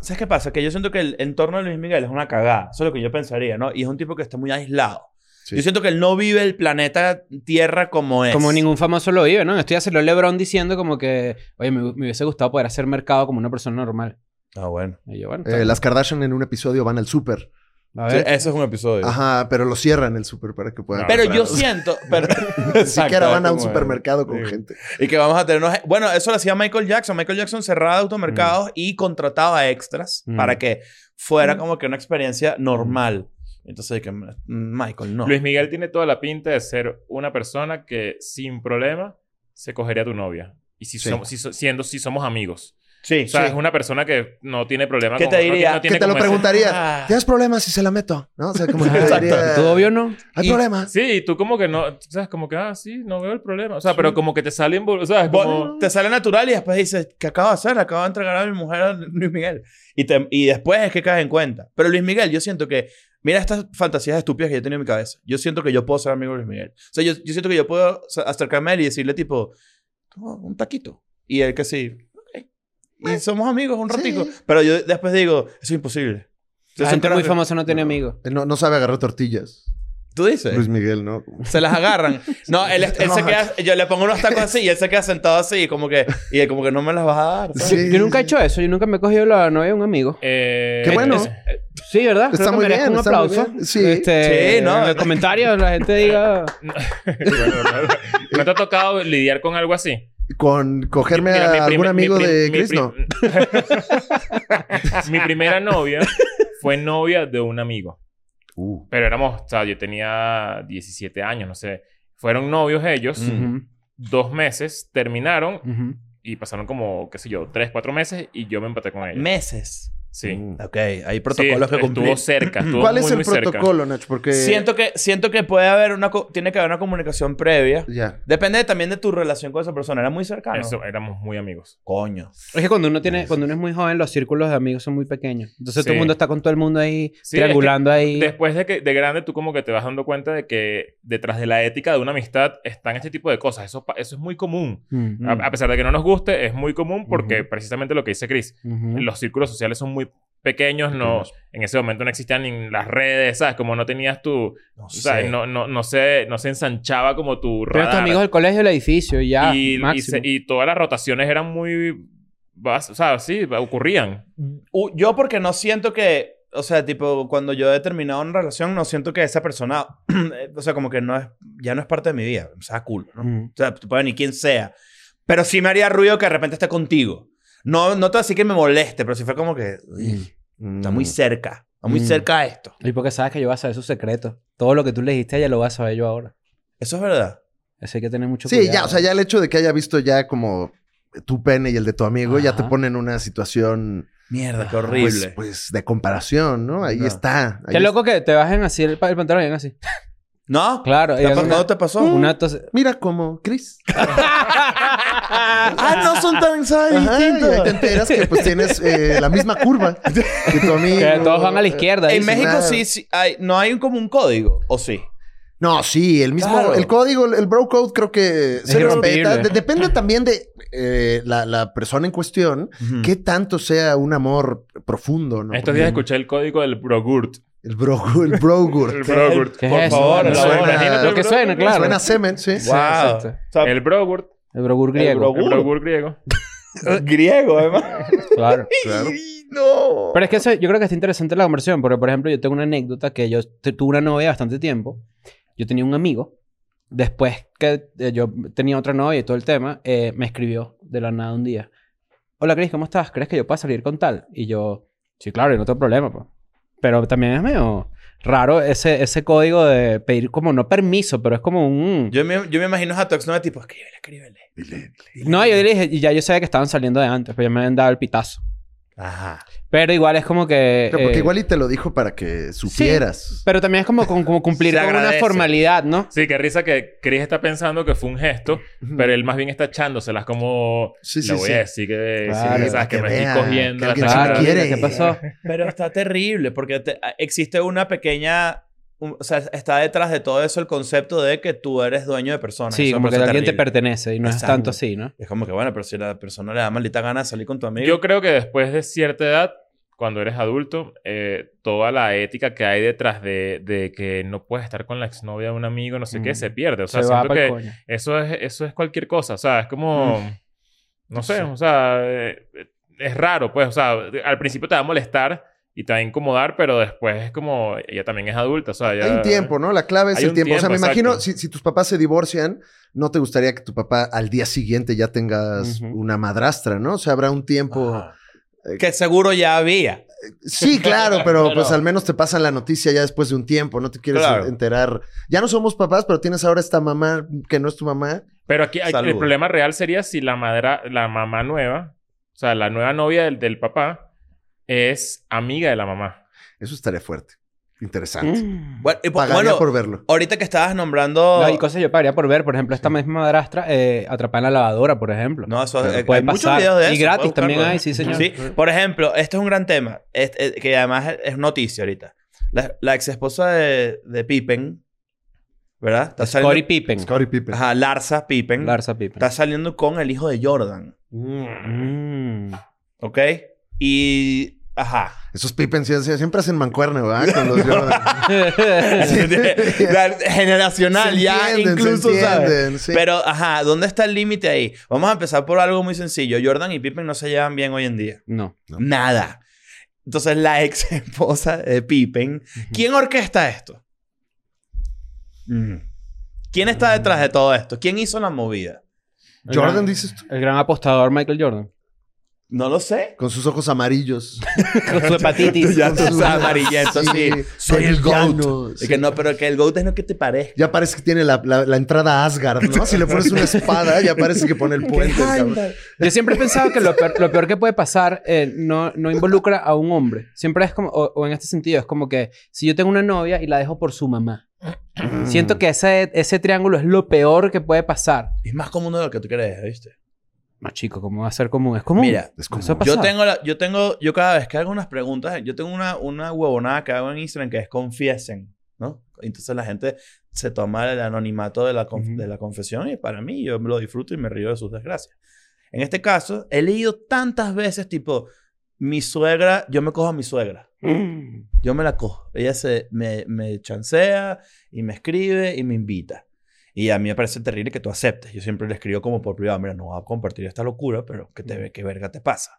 S7: ¿Sabes qué pasa? Que yo siento que el entorno de Luis Miguel es una cagada. Eso es lo que yo pensaría, ¿no? Y es un tipo que está muy aislado. Yo siento que él no vive el planeta Tierra como es.
S1: Como ningún famoso lo vive, ¿no? Estoy haciendo LeBron diciendo como que, oye, me, me hubiese gustado poder hacer mercado como una persona normal.
S7: Ah, bueno.
S1: Y yo, bueno,
S3: Eh, las Kardashian en un episodio van al súper.
S1: a ver.
S7: ese es un episodio. Ah,
S3: Ajá, pero lo cierran el súper para que puedan.
S7: Pero
S3: comprar.
S7: yo siento... Pero,
S3: Ni siquiera van a un supermercado con gente.
S7: Y que vamos a tener unos- Bueno, eso lo hacía Michael Jackson. Michael Jackson cerraba automercados y contrataba extras
S1: Mm.
S7: para que fuera como que una experiencia normal. Entonces, que mm, Michael, no.
S6: Luis Miguel tiene toda la pinta de ser una persona que sin problema se cogería a tu novia. Y si,
S3: Sí.
S6: somos, si so- siendo si somos amigos.
S7: sí,
S6: O sea,
S7: sí.
S6: es una persona que no tiene problema
S7: ¿Qué
S6: con
S7: te
S6: no
S7: diría?
S6: tiene- no tiene
S3: Que te lo
S6: como ese-
S3: preguntaría.
S7: Ah.
S3: ¿Tienes problemas si se la meto? ¿No? O sea, como que te
S1: Exacto.
S3: diría,
S1: ¿Tú obvio no?
S3: ¿Hay
S7: Y-
S3: problemas?
S6: Sí, y tú como que no, sabes, como que, ah, sí, no veo el problema. O sea, pero como que te sale involucrado, ¿sabes?
S7: Vos-
S6: Como...
S7: Te sale natural y después dices, ¿qué acabo de hacer? Acabo de entregar a mi mujer a Luis Miguel. Y, te- y después es que caes en cuenta. Pero Luis Miguel, yo siento que... Mira estas fantasías estúpidas que yo he tenido en mi cabeza. Yo siento que yo puedo ser amigo de Luis Miguel. O sea, yo, yo siento que yo puedo sa- acercarme a él y decirle tipo, "Toma un taquito. Y él que sí, "Ok". Y somos amigos un
S3: sí.
S7: ratico. Pero yo después digo, eso es imposible. Yo
S1: La gente
S7: siempre-
S1: muy famosa no tiene amigos.
S3: Él No, no sabe agarrar tortillas.
S7: Tú dices.
S3: Luis Miguel, ¿no?
S7: Se las agarran. No, él, él se queda... Yo le pongo unos tacos así y él se queda sentado así como que... Y él como que no me las vas a dar. ¿sabes?
S3: Sí,
S1: Yo nunca he
S3: sí, sí.
S1: hecho eso. Yo nunca me he cogido la novia de un amigo.
S6: eh,
S3: Qué bueno.
S6: es-
S1: Sí, ¿verdad?
S3: Está
S1: Creo que
S3: muy
S1: merezco
S3: bien,
S1: un
S3: está muy
S1: aplauso.
S3: bien. Sí.
S1: Este,
S7: Sí, ¿no?
S1: En los comentarios la gente diga...
S6: ¿No te ha tocado lidiar con algo así?
S3: con cogerme
S6: Mira,
S3: a
S6: mi
S3: algún
S6: primer- mi
S3: amigo
S6: prim-
S3: de
S6: mi
S3: Chris,
S6: prim-
S3: no.
S6: mi primera novia fue novia de un amigo.
S3: Uh,
S6: Pero éramos, o sea, yo tenía 17 años, no sé. Fueron novios ellos,
S3: Mm.
S6: dos meses, terminaron
S1: Ujú.
S6: y pasaron como, qué sé yo, tres, cuatro meses y yo me empaté con ella.
S7: Meses.
S6: Sí.
S3: mm.
S7: Ok, hay
S6: Protocolos
S7: protocolos que cumplir.
S6: Estuvo cerca. Estuvo
S3: ¿Cuál
S6: muy,
S3: es el
S6: muy cerca.
S3: protocolo, Nacho? Porque
S7: Siento que, siento que puede haber una... co- Tiene que haber una comunicación previa.
S3: ya.
S7: Depende también de tu relación con esa persona. Era muy cercano.
S6: Eso, éramos muy amigos.
S7: Coño.
S1: Es que cuando uno tiene, cuando uno es muy joven, los círculos de amigos son muy pequeños. Entonces todo
S6: Sí.
S1: el mundo está con todo el mundo ahí,
S6: Sí,
S1: triangulando ahí.
S6: Después de que de grande tú como que te vas dando cuenta de que detrás de la ética de una amistad están este tipo de cosas. Eso, pa- eso es muy común.
S1: Mm,
S6: A, a pesar de que no nos guste, es muy común porque
S1: Ujú.
S6: precisamente lo que dice Chris,
S1: ujú.
S6: los círculos sociales son muy pequeños, no, en ese momento no existían ni las redes, ¿sabes? Como no tenías tu,
S7: No
S6: o sea,
S7: sé.
S6: no, no, no, se, no se ensanchaba como tu
S1: Pero tus
S6: radar.
S1: amigos del colegio, del edificio, y ya.
S6: y, y,
S1: máximo.
S6: se- y todas las rotaciones eran muy, vas- o sea, sí, ocurrían.
S7: U- yo porque no siento que... O sea, tipo, cuando yo he terminado una relación, no siento que esa persona... o sea, como que no es... Ya no es parte de mi vida. O sea, cool, ¿no?
S1: Ujú.
S7: O sea, tú puedes venir quien sea. Pero sí me haría ruido que de repente esté contigo. No, no te voy a decir que me moleste, pero sí fue como que... "Uy, Está muy cerca. Está muy
S1: Mm.
S7: cerca a esto.
S1: Y porque sabes que yo voy a saber sus secretos. Todo lo que tú le dijiste a ella lo voy a saber yo ahora.
S7: Eso es verdad.
S1: Eso hay que tener mucho
S3: Sí,
S1: Mm, cuidado.
S3: ya, o sea, ya el hecho de que haya visto ya como tu pene y el de tu amigo ya te
S1: Ajá.
S3: pone en una situación
S7: Mierda, qué
S3: pues,
S7: horrible.
S3: pues, de comparación, ¿no? Ahí
S7: No.
S3: está. Ahí
S1: Qué loco que te bajen así el, pa- el pantalón y hagan así.
S7: ¿No?
S1: Claro. y
S7: ¿Te ha
S1: hagan
S7: pasado-
S1: una-
S7: te pasó?
S1: Una tos...
S3: es- Mira como Chris.
S7: ah, no son tan
S3: Ajá, y ahí te
S7: distintos.
S3: enteras que pues tienes eh, la misma curva que tu amigo.
S1: Que todos van a la izquierda.
S7: En
S1: dicen.
S7: México
S3: nada.
S7: sí, sí hay, no hay un- como un código, ¿o sí?
S3: No, sí, el mismo,
S7: Claro.
S3: el código, el, el bro code creo que se
S1: irrompible.
S3: respeta. De- depende también de eh, la, la persona en cuestión,
S1: Mm.
S3: qué tanto sea un amor profundo, ¿no?
S6: Estos días escuché el código del Brogurt.
S3: El bro, el brogurt.
S6: El Brogurt.
S1: ¿Qué es
S7: Por
S1: eso? Lo
S7: favor,
S6: No,
S1: que
S7: la
S1: suena.
S7: hora.
S6: imagínate
S1: Lo
S6: el
S1: que
S6: Brogurt.
S1: suena, claro.
S3: Suena a semen, sí.
S1: Sí,
S7: Wow.
S1: exacto.
S7: O sea,
S6: El Brogurt.
S1: El brogur griego.
S7: brogur.
S6: El Brogurt griego.
S7: Eh, griego, además.
S1: Claro.
S3: Claro.
S7: no.
S1: Pero es que eso- yo creo que está interesante la conversión, porque por ejemplo yo tengo una anécdota que yo te- tuve una novia bastante tiempo, yo tenía un amigo, después que eh, yo tenía otra novia y todo el tema, eh, me escribió de la nada un día, hola Cris, ¿cómo estás? ¿Crees que yo pueda salir con tal? Y yo, sí, claro, y no tengo problema, pues. pero también es medio raro ese, ese código de pedir como no permiso, pero es como un...
S7: Yo me, yo me imagino a Tox de tipo, escríbele, escríbele.
S1: No, yo le dije, y ya yo sabía que estaban saliendo de antes, pero ya me habían dado el pitazo.
S7: Ajá.
S1: Pero igual es como que...
S3: Pero porque
S1: eh,
S3: igual y te lo dijo para que supieras.
S1: Pero también es como, como, como cumplir
S7: Se
S1: con una
S7: agradece.
S1: formalidad, ¿no?
S6: Sí, qué risa que Chris está pensando que fue un gesto,
S3: Ujú.
S6: pero él más bien está echándoselas como...
S3: Mm. Sí, sí,
S6: le voy
S3: sí.
S6: a decir que...
S1: Claro,
S6: sí,
S3: para
S6: sabes, que
S3: que
S6: me
S3: vea,
S6: estoy cogiendo.
S3: que
S6: la
S3: alguien se
S6: chingada.
S1: Claro,
S3: quiere.
S1: mira, ¿qué pasó?
S7: Pero está terrible porque te- existe una pequeña... un- o sea, está detrás de todo eso el concepto de que tú eres dueño de personas.
S1: Sí,
S7: Eso me
S1: como que
S7: parece
S1: alguien te
S7: terrible.
S1: pertenece y no es
S7: Exacto.
S1: tanto así, ¿no?
S7: Es como que, bueno, pero si la persona le da maldita gana de salir con tu amigo...
S6: Yo creo que después de cierta edad, cuando eres adulto, eh, toda la ética que hay detrás de, de que no puedes estar con la exnovia de un amigo, no sé qué,
S1: Mm.
S6: se pierde. O sea,
S1: Se va
S6: siento
S1: para el
S6: que
S1: coño.
S6: eso es, eso es cualquier cosa. O sea, es como... No sé, o sea, eh, es raro, pues. O sea, al principio te va a molestar y te va a incomodar, pero después es como... Ella también es adulta, o sea, ya...
S3: Hay un tiempo, ¿no? La clave es
S6: Hay
S3: el
S6: un
S3: tiempo. O sea, me
S6: tiempo,
S3: imagino, si,
S6: exacto.
S3: si tus papás se divorcian, no te gustaría que tu papá al día siguiente ya tengas
S1: Ujú.
S3: una madrastra, ¿no? O sea, habrá un tiempo.
S7: Ajá. Que seguro ya había.
S3: Sí, claro, pero
S7: Claro.
S3: pues al menos te pasan la noticia ya después de un tiempo, no te quieres
S7: Claro.
S3: enterar. Ya no somos papás, pero tienes ahora esta mamá que no es tu mamá.
S6: Pero aquí hay-
S7: Salud.
S6: el problema real sería si la, madra, la mamá nueva, o sea, la nueva novia del, del papá, es amiga de la mamá.
S3: Eso estaría fuerte. Interesante.
S7: Ah. Bueno, y po-
S3: Pagaría
S7: Mm. bueno,
S3: por verlo.
S7: ahorita que estabas nombrando...
S1: Mm. No, hay cosas que yo pagaría por ver. Por ejemplo, esta misma madrastra eh, atrapada en la lavadora, por ejemplo.
S7: No, eso
S1: Claro,
S7: eh,
S1: puede
S7: hay muchos
S1: pasar.
S7: videos de
S1: Y
S7: eso.
S1: gratis
S7: puedes
S1: también
S7: buscarlo.
S1: hay, sí, señor.
S7: Sí. Por ejemplo, esto es un gran tema, este, eh, que además es- es noticia ahorita. La, la ex esposa de, de Pippen, ¿verdad? Está saliendo-
S1: Cory Pippen.
S3: Scottie Pippen.
S7: Ajá, Larsa Pippen.
S1: Larsa Pippen.
S7: Está saliendo con el hijo de Jordan,
S1: Mm.
S7: ¿ok? Y... Ajá.
S3: Esos Pippen sí- sí- siempre hacen mancuerna, ¿verdad? Con los Jordan.
S7: La- Generacional,
S3: Se
S7: ya
S3: entienden, se
S7: incluso, ¿sabes?
S3: entienden, sí.
S7: Pero, ajá, ¿dónde está el límite ahí? Vamos a empezar por algo muy sencillo. Jordan y Pippen no se llevan bien hoy en día.
S1: no.
S7: Nada. Entonces, la ex esposa de Pippen. ¿Quién orquesta esto? Mm. ¿Quién está detrás de todo esto? ¿Quién hizo la movida?
S3: Jordan, dices tú,
S1: El gran apostador Michael Jordan.
S7: No lo sé.
S3: con sus ojos amarillos.
S1: Con su hepatitis.
S7: Ya estás amarillento, sí. Soy el
S3: villano,
S7: GOAT. Es
S3: sí.
S7: que no, pero que el GOAT es lo que te parezca.
S3: Ya parece que tiene la, la- la entrada a Asgard, ¿no? Si le pones una espada, ya parece que pone el puente. el cabrón.
S1: Yo siempre he pensado que lo peor, lo peor que puede pasar eh, no, no involucra a un hombre. Siempre es como, o, o en este sentido, es como que si yo tengo una novia y la dejo por su mamá.
S3: Mm.
S1: Siento que ese, ese triángulo es lo peor que puede pasar.
S7: Es más común de lo que tú crees, ¿viste?
S1: No, chico, ¿cómo va a ser común? Es común.
S7: Mira,
S3: Es como-
S1: Eso ha
S7: Yo
S1: pasado.
S7: tengo, la- yo tengo, yo cada vez que hago unas preguntas, yo tengo una, una huevonada que hago en Instagram que es confiesen, ¿no? Entonces la gente se toma el anonimato de la, conf-
S1: Ujú.
S7: de la confesión y para mí yo lo disfruto y me río de sus desgracias. En este caso, he leído tantas veces tipo, mi suegra, yo me cojo a mi suegra.
S1: Mm.
S7: Yo me la cojo. Ella se, me, me chancea y me escribe y me invita. Y a mí me parece terrible que tú aceptes. Yo siempre le escribo como por privado, mira, no voy a compartir esta locura, pero que
S3: Mm.
S7: te ve, qué verga te pasa.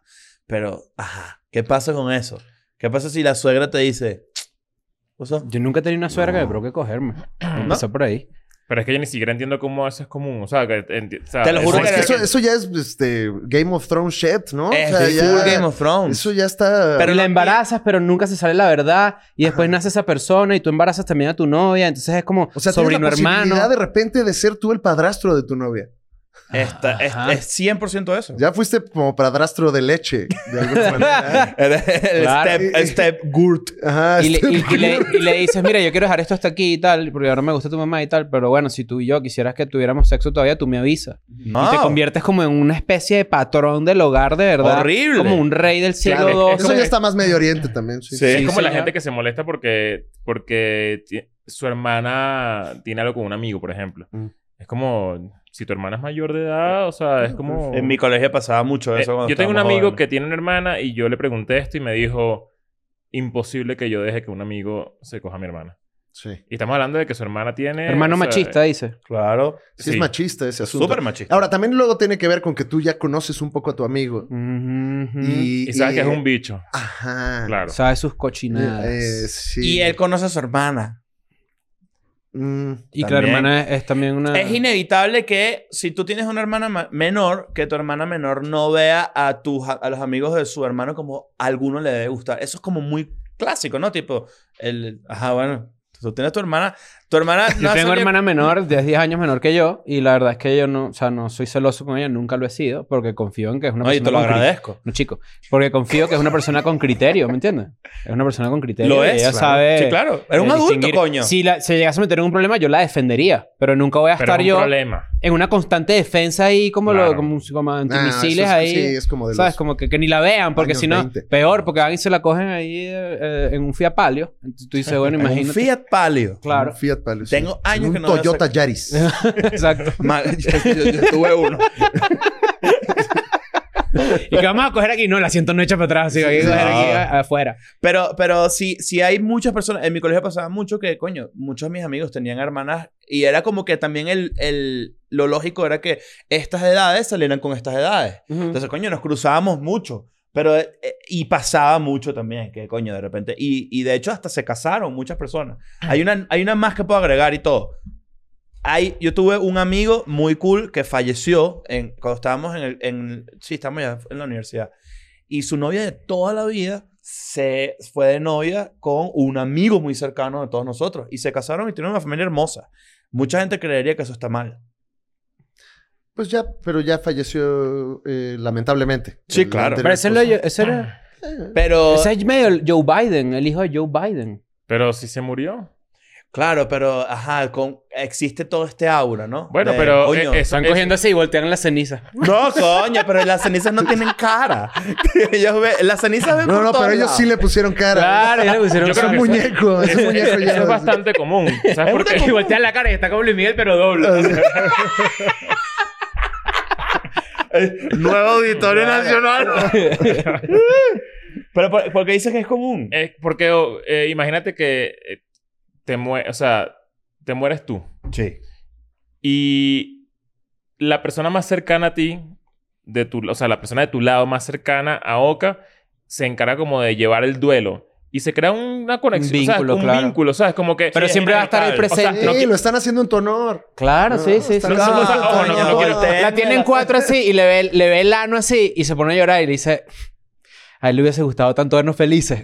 S7: Pero, ajá, ¿qué pasa con eso? ¿Qué pasa si la suegra te dice, "Oso,
S1: Yo nunca he tenido una suegra que me provoque cogerme. Empezó por ahí.
S6: Pero es que yo ni siquiera entiendo cómo eso es común. O sea, que... enti- o sea,
S7: Te lo juro
S3: No, es
S6: eso-
S3: que
S7: que-
S3: eso, eso ya es este, Game of Thrones shit, ¿no? O
S7: es
S3: sea,
S7: de
S3: ya-
S7: full Game of Thrones?
S3: Eso ya está.
S7: Pero
S1: Pero la
S7: no-
S1: embarazas, pero nunca se sale la verdad. Y después nace esa persona y tú embarazas también a tu novia. Entonces es como
S3: o sea, tienes
S1: sobrino
S3: la
S1: hermano.
S3: posibilidad de repente de ser tú el padrastro de tu novia.
S7: Esta- es,
S1: Ajá.
S7: es 100% eso.
S3: Ya fuiste como padrastro de leche, de alguna manera.
S7: El, el
S1: Claro.
S7: step, el step Gurt.
S3: Ajá.
S1: Y le,
S3: este-
S1: y- y le- y le dices, mira, yo quiero dejar esto hasta aquí y tal, porque ahora me gusta tu mamá y tal, pero bueno, si tú y yo quisieras que tuviéramos sexo todavía, tú me avisas. Y te
S7: No.
S1: conviertes como en una especie de patrón del hogar de verdad.
S7: Horrible.
S1: Como un rey del siglo
S6: Claro,
S1: II.
S6: es
S3: Eso ya está más Medio Oriente también. Sí.
S6: Es
S7: Sí.
S6: como la
S1: señor.
S6: gente que se molesta porque, porque ti- su hermana tiene algo con un amigo, por ejemplo.
S3: Mm.
S6: Es como, si tu hermana es mayor de edad, o sea, es como...
S7: En mi colegio pasaba mucho
S6: Eh,
S7: eso. cuando
S6: yo tengo un
S7: estábamos
S6: amigo
S7: jóvenes.
S6: que tiene una hermana y yo le pregunté esto y me dijo, imposible que yo deje que un amigo se coja a mi hermana.
S3: Sí.
S6: Y estamos hablando de que su hermana tiene...
S1: Hermano
S6: o sea, eh,
S1: machista, dice.
S7: Claro.
S3: Sí, es
S6: Sí.
S3: machista ese asunto.
S7: Súper machista.
S3: Ahora, también luego tiene que ver con que tú ya conoces un poco a tu amigo.
S1: Ujú.
S3: Y,
S6: Y sabes que es
S3: y- Ah.
S6: un bicho.
S3: Ajá.
S6: Claro.
S1: Sabe sus
S3: Eh,
S1: cochinadas.
S3: eh, sí.
S7: Y él conoce a su hermana.
S3: Mm,
S1: y que la
S7: también.
S1: hermana es, es también una...
S7: Es inevitable que si tú tienes una hermana ma- menor, que tu hermana menor no vea a, tus, a los amigos de su hermano como alguno le debe gustar. Eso es como muy clásico, ¿no? Tipo, el, ajá, bueno, tú tienes tu hermana, tu hermana...
S1: Yo
S7: no
S1: tengo
S7: hace que-
S1: hermana menor, de 10 años menor que yo, y la verdad es que yo no, o sea, no soy celoso con ella, nunca lo he sido, porque confío en que es una
S7: Oye,
S1: persona
S7: te lo
S1: con criterio.
S7: agradezco.
S1: No, chico. Porque confío que es una persona con criterio, ¿me entiendes? Es una persona con criterio.
S7: Lo
S1: y
S7: es.
S1: Ella
S7: claro.
S1: sabe.
S7: Sí, claro. Era un
S1: eh,
S7: adulto,
S1: distinguir.
S7: coño.
S1: Si la- se llegase a meter en un problema, yo la defendería. Pero nunca voy a
S6: Pero
S1: estar
S6: es un
S1: yo
S6: problema.
S1: en una constante defensa ahí, como, lo,
S6: Claro.
S1: como, un- como
S3: Ah,
S1: antimisiles
S3: eso es-
S1: ahí.
S3: Sí, es como de
S1: ¿Sabes?
S3: los-
S1: Como que, que ni la vean, porque
S3: años
S1: si no,
S3: 20.
S1: peor, porque van y se la cogen ahí eh, en un Fiat Palio. Entonces tú dices, bueno,
S7: un
S1: imagínate.
S7: Fiat Palio.
S1: Claro.
S3: un Fiat Palio, sí.
S7: Tengo años
S3: En un
S7: que no veo
S3: Toyota Yaris.
S1: Exacto.
S7: Ma- yo, yo- yo tuve uno.
S1: Y que vamos a coger aquí. No, la siento no hecha para atrás. Así, hay que coger aquí a- afuera.
S7: Pero, pero sí, sí hay muchas personas. En mi colegio pasaba mucho que, coño, muchos de mis amigos tenían hermanas. Y era como que también el, el, lo lógico era que estas edades salieran con estas edades. Entonces, coño, nos cruzábamos mucho. Pero, eh, y pasaba mucho también, que coño, de repente. Y, y de hecho, hasta se casaron muchas personas. Hay una, hay una más que puedo agregar y todo. Hay, yo tuve un amigo muy cool que falleció en, cuando estábamos en el. En, sí, estábamos ya en la universidad. Y su novia de toda la vida se fue de novia con un amigo muy cercano de todos nosotros. Y se casaron y tienen una familia hermosa. Mucha gente creería que eso está mal.
S3: Pues ya, pero ya falleció eh, lamentablemente.
S7: Sí,
S3: El
S7: claro.
S3: anterior
S1: Pero ese, lo-
S3: esposo.
S1: ese era.
S7: Pero.
S1: Ese es medio Joe Biden, el hijo de Joe Biden.
S6: Pero si se murió.
S7: Claro, pero ajá, con, existe todo este aura, ¿no?
S6: Bueno,
S7: De,
S6: pero...
S7: coño.
S6: eh, eso-
S1: Están
S6: eso-
S1: cogiendo así y voltean la ceniza.
S7: No, coño, pero las cenizas no tienen cara. ellos ve- las cenizas ven
S3: No,
S7: por
S3: no,
S7: todos
S3: pero ellos
S7: lados.
S3: sí le pusieron cara.
S1: Claro, ya le pusieron
S6: Yo
S3: Es
S6: creo
S1: su
S3: un
S6: que-
S3: muñeco. Es un
S6: eso-
S3: muñeco.
S6: eso
S3: ya.
S6: es bastante común. ¿Sabes por
S1: Y
S6: qué?
S1: voltean la cara y está como Luis Miguel, pero doble.
S3: Ah,
S7: Nuevo Auditorio Nacional. pero por, porque dices que es común.
S6: Es porque oh, eh, imagínate que eh, te mue- o sea, te mueres tú.
S7: Sí.
S6: Y la persona más cercana a ti, de tu, o sea, la persona de tu lado más cercana a Oka, se encarga como de llevar el duelo. Y se crea una conexión,
S1: Un
S6: o sea,
S1: vínculo,
S6: un
S1: claro.
S6: vínculo, ¿sabes? Como que...
S1: Pero
S6: Sí,
S1: siempre va a estar ahí
S6: inevitable. O sea,
S1: presente.
S6: no
S3: Sí,
S6: qui-
S3: lo están haciendo en tu honor.
S1: Claro,
S3: No,
S1: sí, sí, sí.
S3: está
S6: No,
S7: Ah,
S6: no, no, ojo, no, no, no quiero-
S1: La tienen cuatro así y le ve, le ve el ano así y se pone a llorar y le dice... A él le hubiese gustado tanto vernos felices.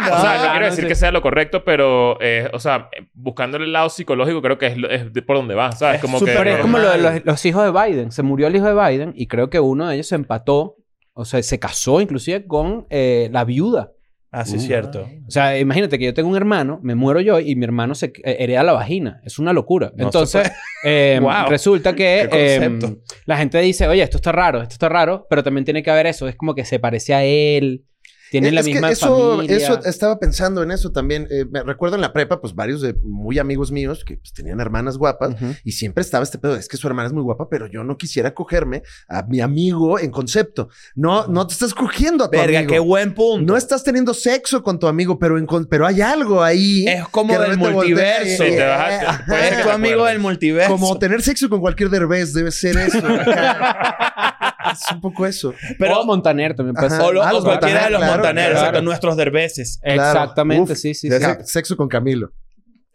S6: O sea, no quiero
S1: no
S6: decir
S1: sé.
S6: que sea lo correcto, pero... eh, o sea, eh, buscando el lado psicológico creo que es, lo- es de- por donde va, ¿sabes? Como que...
S1: Pero es como lo de los, los hijos de Biden. Se murió el hijo de Biden y creo que uno de ellos se empató. O sea, se casó inclusive con eh, la viuda.
S7: Ah, sí, cierto.
S1: O sea, imagínate que yo tengo un hermano, me muero yo y mi hermano se eh, hereda la vagina. Es una locura.
S7: No
S1: Entonces, eh,
S7: Wow.
S1: resulta que
S7: Qué
S1: eh,
S7: concepto.
S1: la gente dice, oye, esto está raro, esto está raro, pero también tiene que haber eso. Es como que se parece a él, tienen la
S3: Eh, Es que
S1: misma
S3: eso,
S1: familia.
S3: Eso, estaba pensando en eso también. Eh, me recuerdo en la prepa, pues varios de muy amigos míos que pues, tenían hermanas guapas
S1: Ujú.
S3: y siempre estaba este pedo. Es que su hermana es muy guapa, pero yo no quisiera cogerme a mi amigo en concepto. No, no te estás cogiendo a tu
S7: Verga,
S3: amigo.
S7: qué buen punto.
S3: No estás teniendo sexo con tu amigo, pero, en con- pero hay algo ahí.
S7: Es como
S3: que de
S7: del
S3: repente voltea y-
S7: multiverso. Pues
S6: Sí, te vas a-
S3: eh, Ajá.
S6: puede ser que
S7: Es tu
S6: te
S7: amigo
S6: acuerdes.
S7: del multiverso.
S3: Como tener sexo con cualquier derbez debe ser eso. acá. es un poco eso.
S1: Pero
S7: Pero-
S1: Montaner también puede
S3: Ajá.
S1: ser.
S7: o, lo-
S3: Ah,
S7: o
S3: los
S7: cualquiera de los
S3: Montaner,
S7: montaneros,
S1: claro.
S7: exacto, nuestros derbeces.
S3: Claro.
S1: Exactamente,
S3: Uf,
S1: sí, sí.
S3: de
S1: sí.
S3: se- Sexo con Camilo.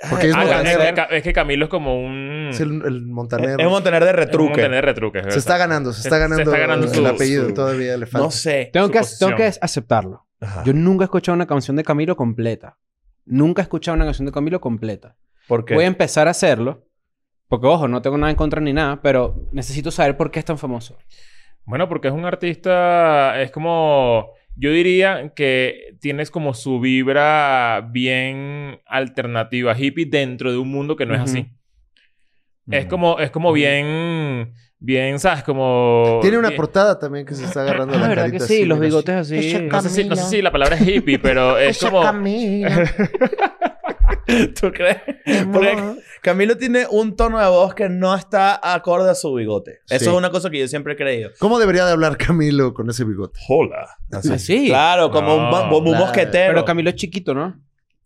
S3: Porque es
S6: Ah,
S3: montanero.
S6: es, que, es que Camilo es como un...
S3: Es el,
S1: Eh,
S3: el montanero.
S7: Es un montaner de retruque.
S6: de retruque. es
S3: Se está
S6: verdad.
S3: ganando, se está
S6: Se- se
S3: ganando,
S6: está ganando
S3: el
S6: su-
S3: apellido
S6: su-
S3: todavía le falta.
S7: No sé.
S1: Tengo
S6: su
S1: que,
S6: posición.
S1: tengo que aceptarlo.
S7: Ajá.
S1: Yo nunca he escuchado una canción de Camilo completa. Nunca he escuchado una canción de Camilo completa.
S7: ¿Por qué?
S1: Voy a empezar a hacerlo. Porque, ojo, no tengo nada en contra ni nada, pero necesito saber por qué es tan famoso.
S6: Bueno, porque es un artista, es como, yo diría que tienes como su vibra bien alternativa, hippie, dentro de un mundo que no es
S1: Ujú.
S6: así. Es como, es como bien, bien, ¿sabes? Como...
S3: Tiene una
S6: bien-
S3: portada también que se está
S1: Ah,
S3: agarrando la carita. así,
S1: así.
S3: mira,
S6: No sé, si, no sé si la palabra es hippie, pero es como...
S7: ¿Tú crees? Porque Camilo tiene un tono de voz que no está acorde a su bigote. Eso
S3: Sí.
S7: es una cosa que yo siempre he creído.
S3: ¿Cómo debería de hablar Camilo con ese bigote?
S7: Hola.
S1: Así.
S7: Claro, como un,
S6: No,
S7: ba- como un
S3: claro.
S7: mosquetero.
S1: Pero Camilo es chiquito, ¿no?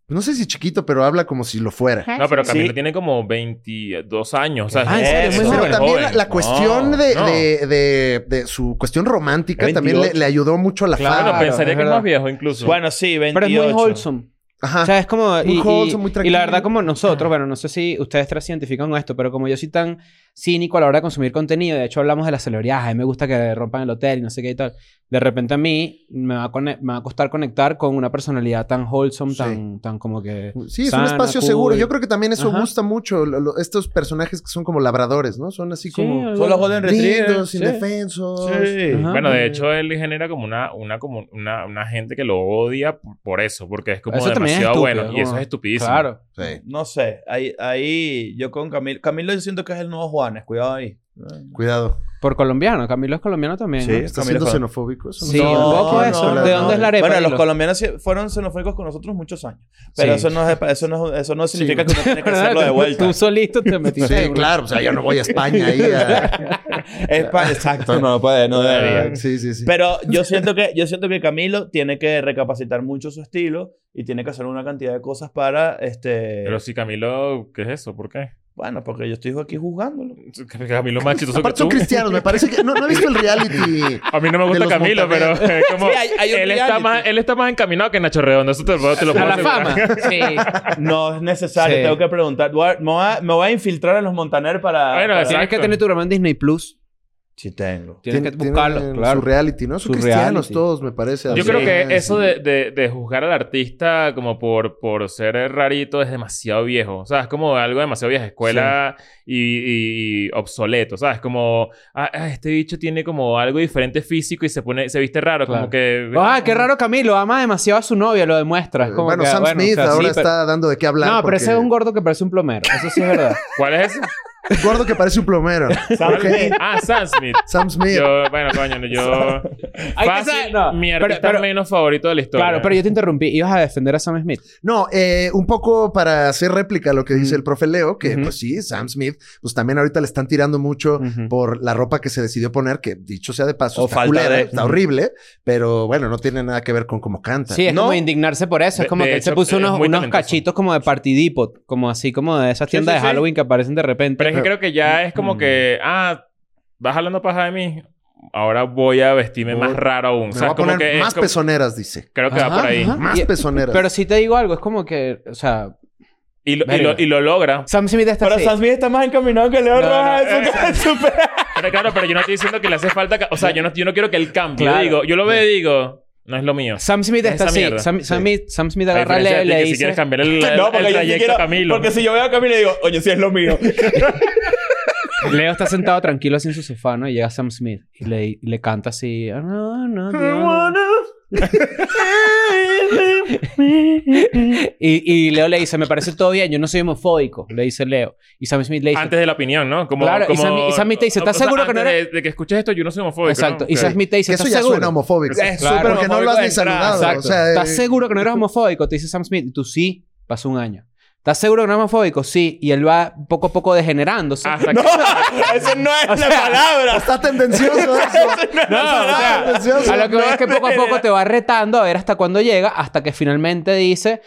S3: No sé si chiquito, pero habla como si lo fuera.
S6: No, pero Camilo
S7: Sí.
S6: tiene como 22 años, ¿sabes?
S1: Ah, ¿en serio?
S6: Es
S1: Muy
S3: Pero
S6: súper
S1: joven.
S3: también la, la
S6: No,
S3: cuestión de,
S6: no.
S3: de- de- de su cuestión romántica
S7: Es
S3: también le,
S7: 28.
S3: le ayudó mucho a la
S1: Claro,
S6: Bueno,
S3: fama.
S6: pensaría
S1: es
S6: que es
S1: verdad.
S6: más viejo incluso.
S7: Bueno, sí, 28.
S1: Pero es muy wholesome.
S3: Ajá.
S1: O sea, es como...
S3: Ah. Muy
S1: y- y-
S3: wholesome, muy
S1: Y
S3: tranquilo.
S1: la verdad, como nosotros, bueno, no sé si ustedes tres se identifican con esto, pero como yo soy tan cínico a la hora de consumir contenido, de hecho hablamos de las celebridades, a mí me gusta que rompan el hotel y no sé qué y tal. De repente a mí me va a, cone- me va a costar conectar con una personalidad tan wholesome,
S3: Sí.
S1: tan, tan como que...
S3: Sí, es
S1: sana,
S3: un espacio
S1: cool.
S3: seguro. Yo creo que también eso
S1: Ajá.
S3: gusta mucho. lo- lo- estos personajes que son como labradores, ¿no? Son así
S1: Sí,
S3: como
S1: algo-
S7: Son los Golden Retrievers.
S3: lindos,
S7: Sí.
S3: indefensos.
S1: Ajá.
S6: Bueno, de hecho, él genera como una, una, como una, una gente que lo odia por, por eso, porque es como
S1: Eso también es
S6: demasiado
S1: estúpido,
S6: bueno. Y
S1: como-
S6: eso es estupidísimo.
S1: Claro.
S3: Sí.
S7: No sé. Ahí, ahí yo con Camilo. Camilo yo siento que es el nuevo Juanes. Cuidado ahí.
S3: Cuidado.
S1: Por colombiano. Camilo es colombiano también,
S7: Sí.
S1: ¿no?
S3: ¿Estás
S7: Camilo
S3: siendo
S7: Juan.
S3: xenofóbico? Eso no
S1: Sí,
S3: se
S1: un
S3: habla aquí,
S1: poco
S3: Oh, no
S1: eso.
S3: se habla
S1: ¿De
S3: nada.
S1: dónde es la arepa?
S7: Bueno, los
S1: Dilo.
S7: colombianos sí fueron xenofóbicos con nosotros muchos años. Pero
S1: Sí.
S7: eso, no es, eso, no, es- eso no significa que uno tiene que hacerlo de
S1: ¿Verdad?
S7: vuelta.
S1: Tú solito te metiste. en
S3: Sí,
S1: una-
S3: claro. O sea, yo no voy a España ahí. a-
S7: Es pa- Exacto, no puede, no debería.
S3: Sí, sí, sí.
S7: Pero yo siento, que, yo siento que Camilo tiene que recapacitar mucho su estilo y tiene que hacer una cantidad de cosas para, este...
S6: Pero si Camilo, ¿qué es eso? ¿Por qué?
S7: Bueno, porque yo estoy aquí juzgándolo.
S6: Camilo es más chistoso que
S3: Aparte
S6: tú.
S3: son cristianos. Me parece que... No, no he visto el reality.
S6: A mí no me
S3: de
S6: gusta
S3: los
S6: Camilo, pero
S3: montaneros.
S6: es como.
S7: Sí, hay- hay un
S6: él, está
S7: reality.
S6: más, él está más encaminado que Nacho Redondo. Eso te, lo puedo- te lo
S1: A
S6: puedo
S1: la
S6: asegurar.
S1: fama. Sí.
S7: No es necesario,
S1: Sí.
S7: tengo que preguntar. Voy a- Me voy, a, me voy a infiltrar a los Montaner para...
S6: Bueno,
S7: para-
S6: sí.
S1: Tienes que
S6: Exacto.
S1: tener tu programa en Disney+. Plus.
S7: Sí tengo.
S1: Tienes que
S3: Tien- tienen
S1: buscarlo,
S3: Su
S1: claro.
S3: reality, ¿no? Son
S1: Su
S3: cristianos
S1: reality.
S3: todos, me parece. así.
S6: Yo creo que
S3: Ah,
S6: eso
S3: sí.
S6: de, de- de juzgar al artista como por, por ser rarito es demasiado viejo. O sea, es como algo demasiado vieja escuela y, y- y obsoleto. O sea, es como... Ah, ah, este bicho tiene como algo diferente físico y se pone... Se viste raro.
S1: Claro.
S6: Como que...
S1: Ah, qué raro Camilo. Ama demasiado a su novia, lo demuestra. Es como
S3: bueno,
S1: que, ah,
S3: Sam
S1: bueno, o
S3: Smith
S1: sea, sí,
S3: ahora
S1: pero-
S3: está dando de qué hablar.
S1: No, pero ese es
S3: porque-
S1: un gordo que parece un plomero. Eso sí es verdad.
S6: ¿Cuál es ese?
S3: gordo que parece un plomero.
S7: Sam
S3: Ok.
S7: Smith.
S6: Ah, Sam Smith.
S3: Sam Smith.
S6: Yo, bueno, coño, yo.
S1: Hay que
S6: Fácil,
S1: saber- no,
S6: mi
S1: pero-
S6: artista
S1: pero-
S6: menos favorito de la historia.
S1: Claro, pero yo te interrumpí. Ibas a defender a Sam Smith.
S3: No, eh, un poco para hacer réplica a lo que dice el profe Leo, que
S1: Ujú.
S3: pues sí, Sam Smith, pues también ahorita le están tirando mucho
S1: Ujú.
S3: por la ropa que se decidió poner, que dicho sea de paso,
S7: O
S3: está,
S7: falta
S3: culera,
S7: de-
S3: está horrible, pero bueno, no tiene nada que ver con cómo canta.
S1: Sí, es
S7: No.
S1: como indignarse por eso. Es
S6: De-
S1: como
S6: de
S1: que él se
S6: hecho,
S1: puso
S6: es
S1: unos,
S6: muy
S1: unos
S6: talentoso.
S1: cachitos como de Party Depot. Como así, como de esas
S6: Sí,
S1: tiendas de
S6: sí, sí.
S1: Halloween que aparecen de repente.
S6: Pero es que creo que ya es como que. Ah, vas hablando paja de mí. ahora voy a vestirme
S3: Voy-
S6: más raro
S3: Me
S6: aún. O sea,
S3: voy a
S6: como
S3: poner
S6: que es
S3: más
S6: como- Ah,
S3: pezoneras, dice.
S6: Creo que va
S1: Ajá,
S6: por ahí.
S1: ajá.
S3: Más
S1: Y-
S3: pezoneras.
S1: Pero si te digo algo, es como que, o sea,
S6: Y lo, y,
S1: Verga.
S6: lo, y lo logra.
S1: Sam Smith está
S7: Pero
S1: así.
S7: Sam Smith está más encaminado que Leo
S6: No,
S7: Rojas.
S6: no,
S7: Eso
S6: eh,
S7: es súper-
S6: Pero claro, pero yo no estoy diciendo que le hace falta... ca- O sea, yo no, yo no quiero que él cambie. Yo
S1: Claro.
S6: digo, yo lo veo y digo, no es lo mío.
S1: Sam Smith
S6: Esa
S1: está así.
S6: mierda.
S1: Sam, Sam Smith- Sam Smith
S6: A
S1: agarra
S6: diferencia
S1: le,
S6: de ti,
S1: le
S6: que si
S1: dice...
S6: quieres cambiar el, el-
S7: No,
S6: el
S7: porque yo sí
S6: trayecto
S7: quiero-
S6: Camilo.
S7: Porque si yo veo a Camilo y digo, oye, sí es lo mío.
S1: Leo está sentado tranquilo sin su sofá, ¿no? Y llega Sam Smith y le, y le canta así... "Ah, no, no, no, no". y, y Leo le dice, me parece todo bien, yo no soy homofóbico, le dice Leo. Y Sam Smith le diith
S6: Antes de la opinión, ¿no? Como,
S1: Claro, y
S6: como-
S1: Sammy- y Sammy te dice,
S6: o-
S1: ¿estás
S6: o sea,
S1: seguro que no
S6: antes
S1: eres-
S6: De, de que escuches esto, yo no soy homofóbico.
S1: Exacto.
S6: ¿no?
S1: Y Sam
S6: Ok.
S1: Smith te dice,
S3: Que eso
S1: ¿estás
S3: ya suena
S1: seguro?
S3: homofóbico.
S7: Es
S1: Claro.
S7: súper
S3: Porque no lo
S7: homofóbico
S3: has ni
S7: de entrada.
S3: saludado.
S1: Exacto.
S3: O sea,
S1: ¿Estás
S3: eh,
S1: seguro que no eres homofóbico? Te dice Sam Smith. Y tú sí. Pasó un año. ¿Estás seguro que no eres homofóbico? Sí. Y él va poco a poco degenerándose.
S6: Hasta
S7: No,
S6: que...
S7: eso no es la palabra.
S3: Está tendencioso eso.
S1: No, o sea, a lo que voy es que poco a poco te va retando a ver hasta cuándo llega, hasta que finalmente dice,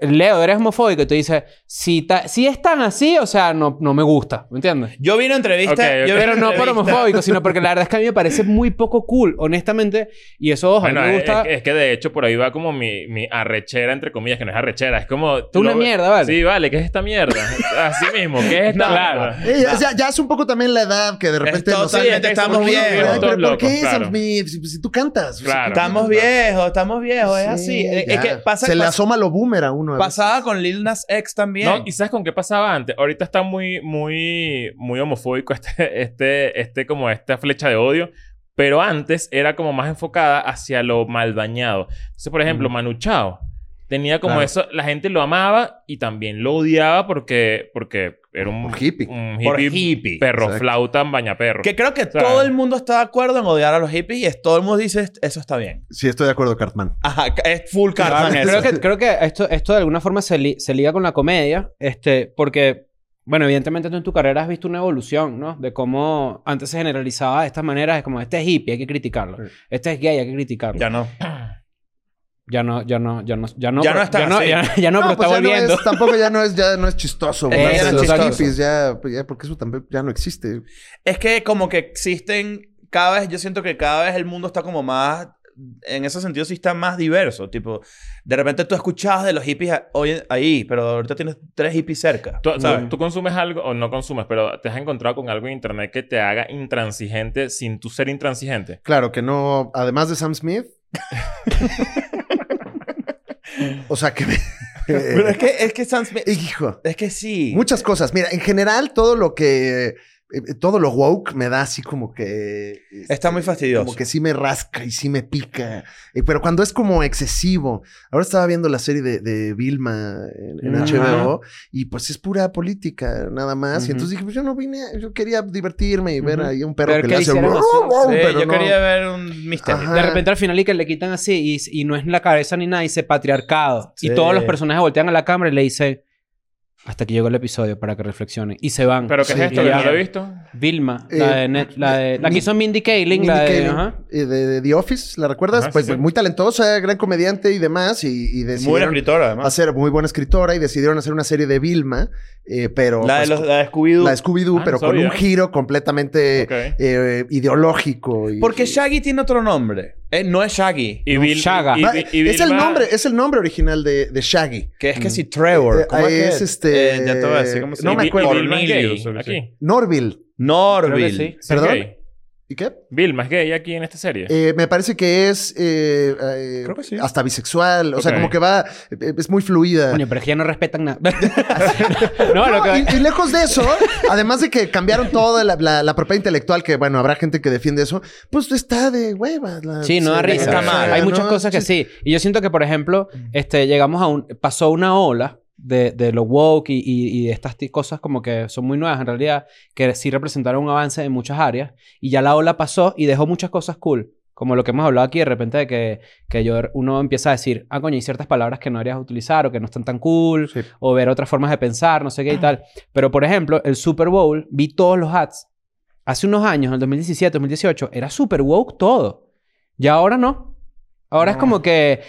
S1: Leo, eres homofóbico. Y te dice, si, ta- si es tan así, o sea, no, no me gusta. ¿Me entiendes?
S7: Yo vi una entrevista.
S6: Ok, ok.
S7: yo vi
S6: Pero
S1: Pero
S7: una
S1: no por
S7: entrevista-
S1: homofóbico, sino porque la verdad es que a mí me parece muy poco cool, honestamente. Y eso, ojo, a mí
S6: Bueno,
S1: me
S6: es,
S1: gusta...
S6: es que- es que de hecho por ahí va como mi, mi arrechera, entre comillas, que no es arrechera. Es como...
S1: Tú una
S6: lo ve-
S1: mierda, vale.
S6: Sí, vale. ¿Qué es esta mierda? Así mismo. ¿Qué es esta mierda?
S3: Eh, ya- ya, ya es un poco también la edad que de repente nos
S7: totalmente,
S3: sale-
S7: estamos
S3: Ay,
S7: viejos,
S3: pero
S6: todos
S3: ¿por
S6: locos,
S3: qué,
S6: claro.
S3: Sam Smith? Si, pues, si tú cantas. o sea,
S6: Claro.
S7: Estamos viejos, estamos viejos. Es
S3: sí,
S7: así. Es-
S3: ya.
S7: Es que pasa,
S3: Se le
S7: pasa-
S3: asoma lo boomer a uno. a veces.
S7: pasaba con Lil Nas X también.
S6: No, y ¿sabes con qué pasaba antes? Ahorita está muy, muy, muy homofóbico este, este, este, como esta flecha de odio. Pero antes era como más enfocada hacia lo mal dañado. Entonces, por ejemplo, Manu Chao tenía como
S3: Claro.
S6: eso. La gente lo amaba y también lo odiaba porque, porque era un,
S3: Un hippie.
S6: un
S7: Por
S6: hippie
S7: hippie.
S6: perro
S3: Exacto.
S6: flauta, bañaperro.
S7: Que creo que
S6: sea,
S7: todo el mundo está de acuerdo en odiar a los hippies y es- todo el mundo dice "Est- eso está bien.
S3: Sí, estoy de acuerdo, Cartman.
S7: Ajá, ca- es full Cartman eso.
S1: creo que, creo que esto, esto de alguna forma se, li- se liga con la comedia, este, porque, bueno, evidentemente tú en tu carrera has visto una evolución, ¿no? De cómo antes se generalizaba de estas maneras, es como, este es hippie, hay que criticarlo. Este es gay, hay que criticarlo.
S7: Ya
S1: Ya,
S7: no.
S1: no, ya no, ya no, ya no.
S7: Ya no
S1: pero-
S7: está
S1: ya no,
S7: así.
S1: ya, ya no, pero
S3: pues
S1: está
S3: ya no
S1: volviendo.
S3: es- tampoco ya no es, ya no es chistoso. güey.
S1: Eso,
S3: Ya los
S1: exacto.
S3: hippies, ya, pues ya, porque eso también ya no existe.
S7: Es que como que existen cada vez, yo siento que cada vez el mundo está como más, en ese sentido sí está más diverso. Tipo, de repente tú escuchabas de los hippies a- hoy en- ahí, pero ahorita tienes tres hippies cerca.
S6: ¿Tú, tú-
S7: ¿sabes?
S6: tú consumes algo, o no consumes, pero te has encontrado con algo en internet que te haga intransigente sin tú ser intransigente.
S3: Claro, que no... Además de Sam Smith... o sea, que... Eh,
S7: Pero es que, es que Sam Smith-
S3: Hijo...
S7: es que sí.
S3: Muchas cosas. Mira, en general, todo lo que. eh, eh, todo lo woke me da así como que. este,
S7: Está muy fastidioso.
S3: Como que sí me rasca y sí me pica. Eh, pero cuando es como excesivo. Ahora estaba viendo la serie de, de Vilma en, en
S1: Ajá.
S3: HBO y pues es pura política, nada más. Y
S1: Ujú.
S3: entonces dije, pues yo no vine, a- yo quería divertirme y ver
S1: Ujú.
S3: ahí un perro
S1: Pero que
S3: que le hace.
S1: hiciera emoción.
S7: Sí,
S3: pero
S7: yo
S3: no.
S7: quería ver un misterio.
S3: Ajá.
S1: De repente al final y que le quitan así y, y no es en la cabeza ni nada, dice patriarcado.
S7: Sí.
S1: Y todos los personajes voltean a la cámara y le dicen, hasta que llegó el episodio para que reflexionen. Y se van.
S6: ¿Pero qué
S3: Sí,
S6: es esto?
S1: y
S6: que
S1: ya-
S6: no lo he visto?
S1: Vilma,
S3: Eh,
S1: la de, Net- la de- la que
S3: Min-
S1: hizo Mindy Kaling,
S3: Mindy
S1: la de,
S3: Kaling,
S1: ajá.
S3: eh, de- de The Office, ¿la recuerdas?
S6: Ajá, sí,
S3: pues
S6: sí.
S3: muy talentosa, gran comediante y demás. Y, y
S7: Muy buena
S3: decidieron
S7: escritora, además.
S3: hacer muy buena escritora y decidieron hacer una serie de Vilma, eh, pero
S7: La de,
S3: pues,
S7: los,
S3: con-
S7: la de Scooby-Doo.
S3: la de Scooby-Doo,
S6: Ah,
S3: pero
S6: no
S3: con
S6: sabía.
S3: un giro completamente
S6: Ok.
S3: eh, ideológico. y-
S7: Porque Shaggy tiene otro nombre. Eh, no es Shaggy.
S6: Y
S1: No,
S6: Vil-
S1: Shaga.
S6: y-
S3: Va,
S6: y- y
S3: es el
S6: Vilma-
S3: nombre, es el nombre original de, de Shaggy.
S7: Que es que si Trevor.
S3: Eh,
S7: ¿cómo
S3: ahí
S7: es,
S3: es
S7: que
S3: este-
S7: Eh, ya te voy a decir cómo se
S3: No
S6: y
S3: me
S6: Vi- y
S3: acuerdo.
S6: Vilma es gay.
S7: Cornelius,
S6: Aquí.
S3: Norville.
S7: Norville.
S1: Creo que sí.
S6: Sí,
S3: ¿Perdón?
S6: gay.
S3: ¿Y qué?
S6: Vilma es gay aquí en esta serie.
S3: Eh, me parece que es eh, eh,
S7: Creo que sí.
S3: hasta bisexual. O sea,
S6: Ok.
S3: como que va, eh, es muy fluida.
S1: Coño, pero es que ya no respetan nada. no, lo
S3: No,
S1: que...
S3: y, y lejos de eso, además de que cambiaron toda la, la- la propiedad intelectual, que bueno, habrá gente que defiende eso, pues está de hueva. la-
S1: Sí, no da
S3: la-
S1: risa.
S7: Está mal.
S1: Hay
S3: ¿no?
S1: muchas cosas que sí. Y yo siento que, por ejemplo, este, llegamos a un... Pasó una ola de, de lo woke y, y, y de estas ti- cosas como que son muy nuevas en realidad, que sí representaron un avance en muchas áreas. Y ya la ola pasó y dejó muchas cosas cool. Como lo que hemos hablado aquí de repente de que, que yo, uno empieza a decir, ah, coño, hay ciertas palabras que no harías utilizar o que no están tan cool.
S3: Sí.
S1: o ver otras formas de pensar, no sé qué y tal. Pero, por ejemplo, el Super Bowl, vi todos los ads. Hace unos años, en el 2017, 2018, era super woke todo. Y ahora no. Ahora es como que,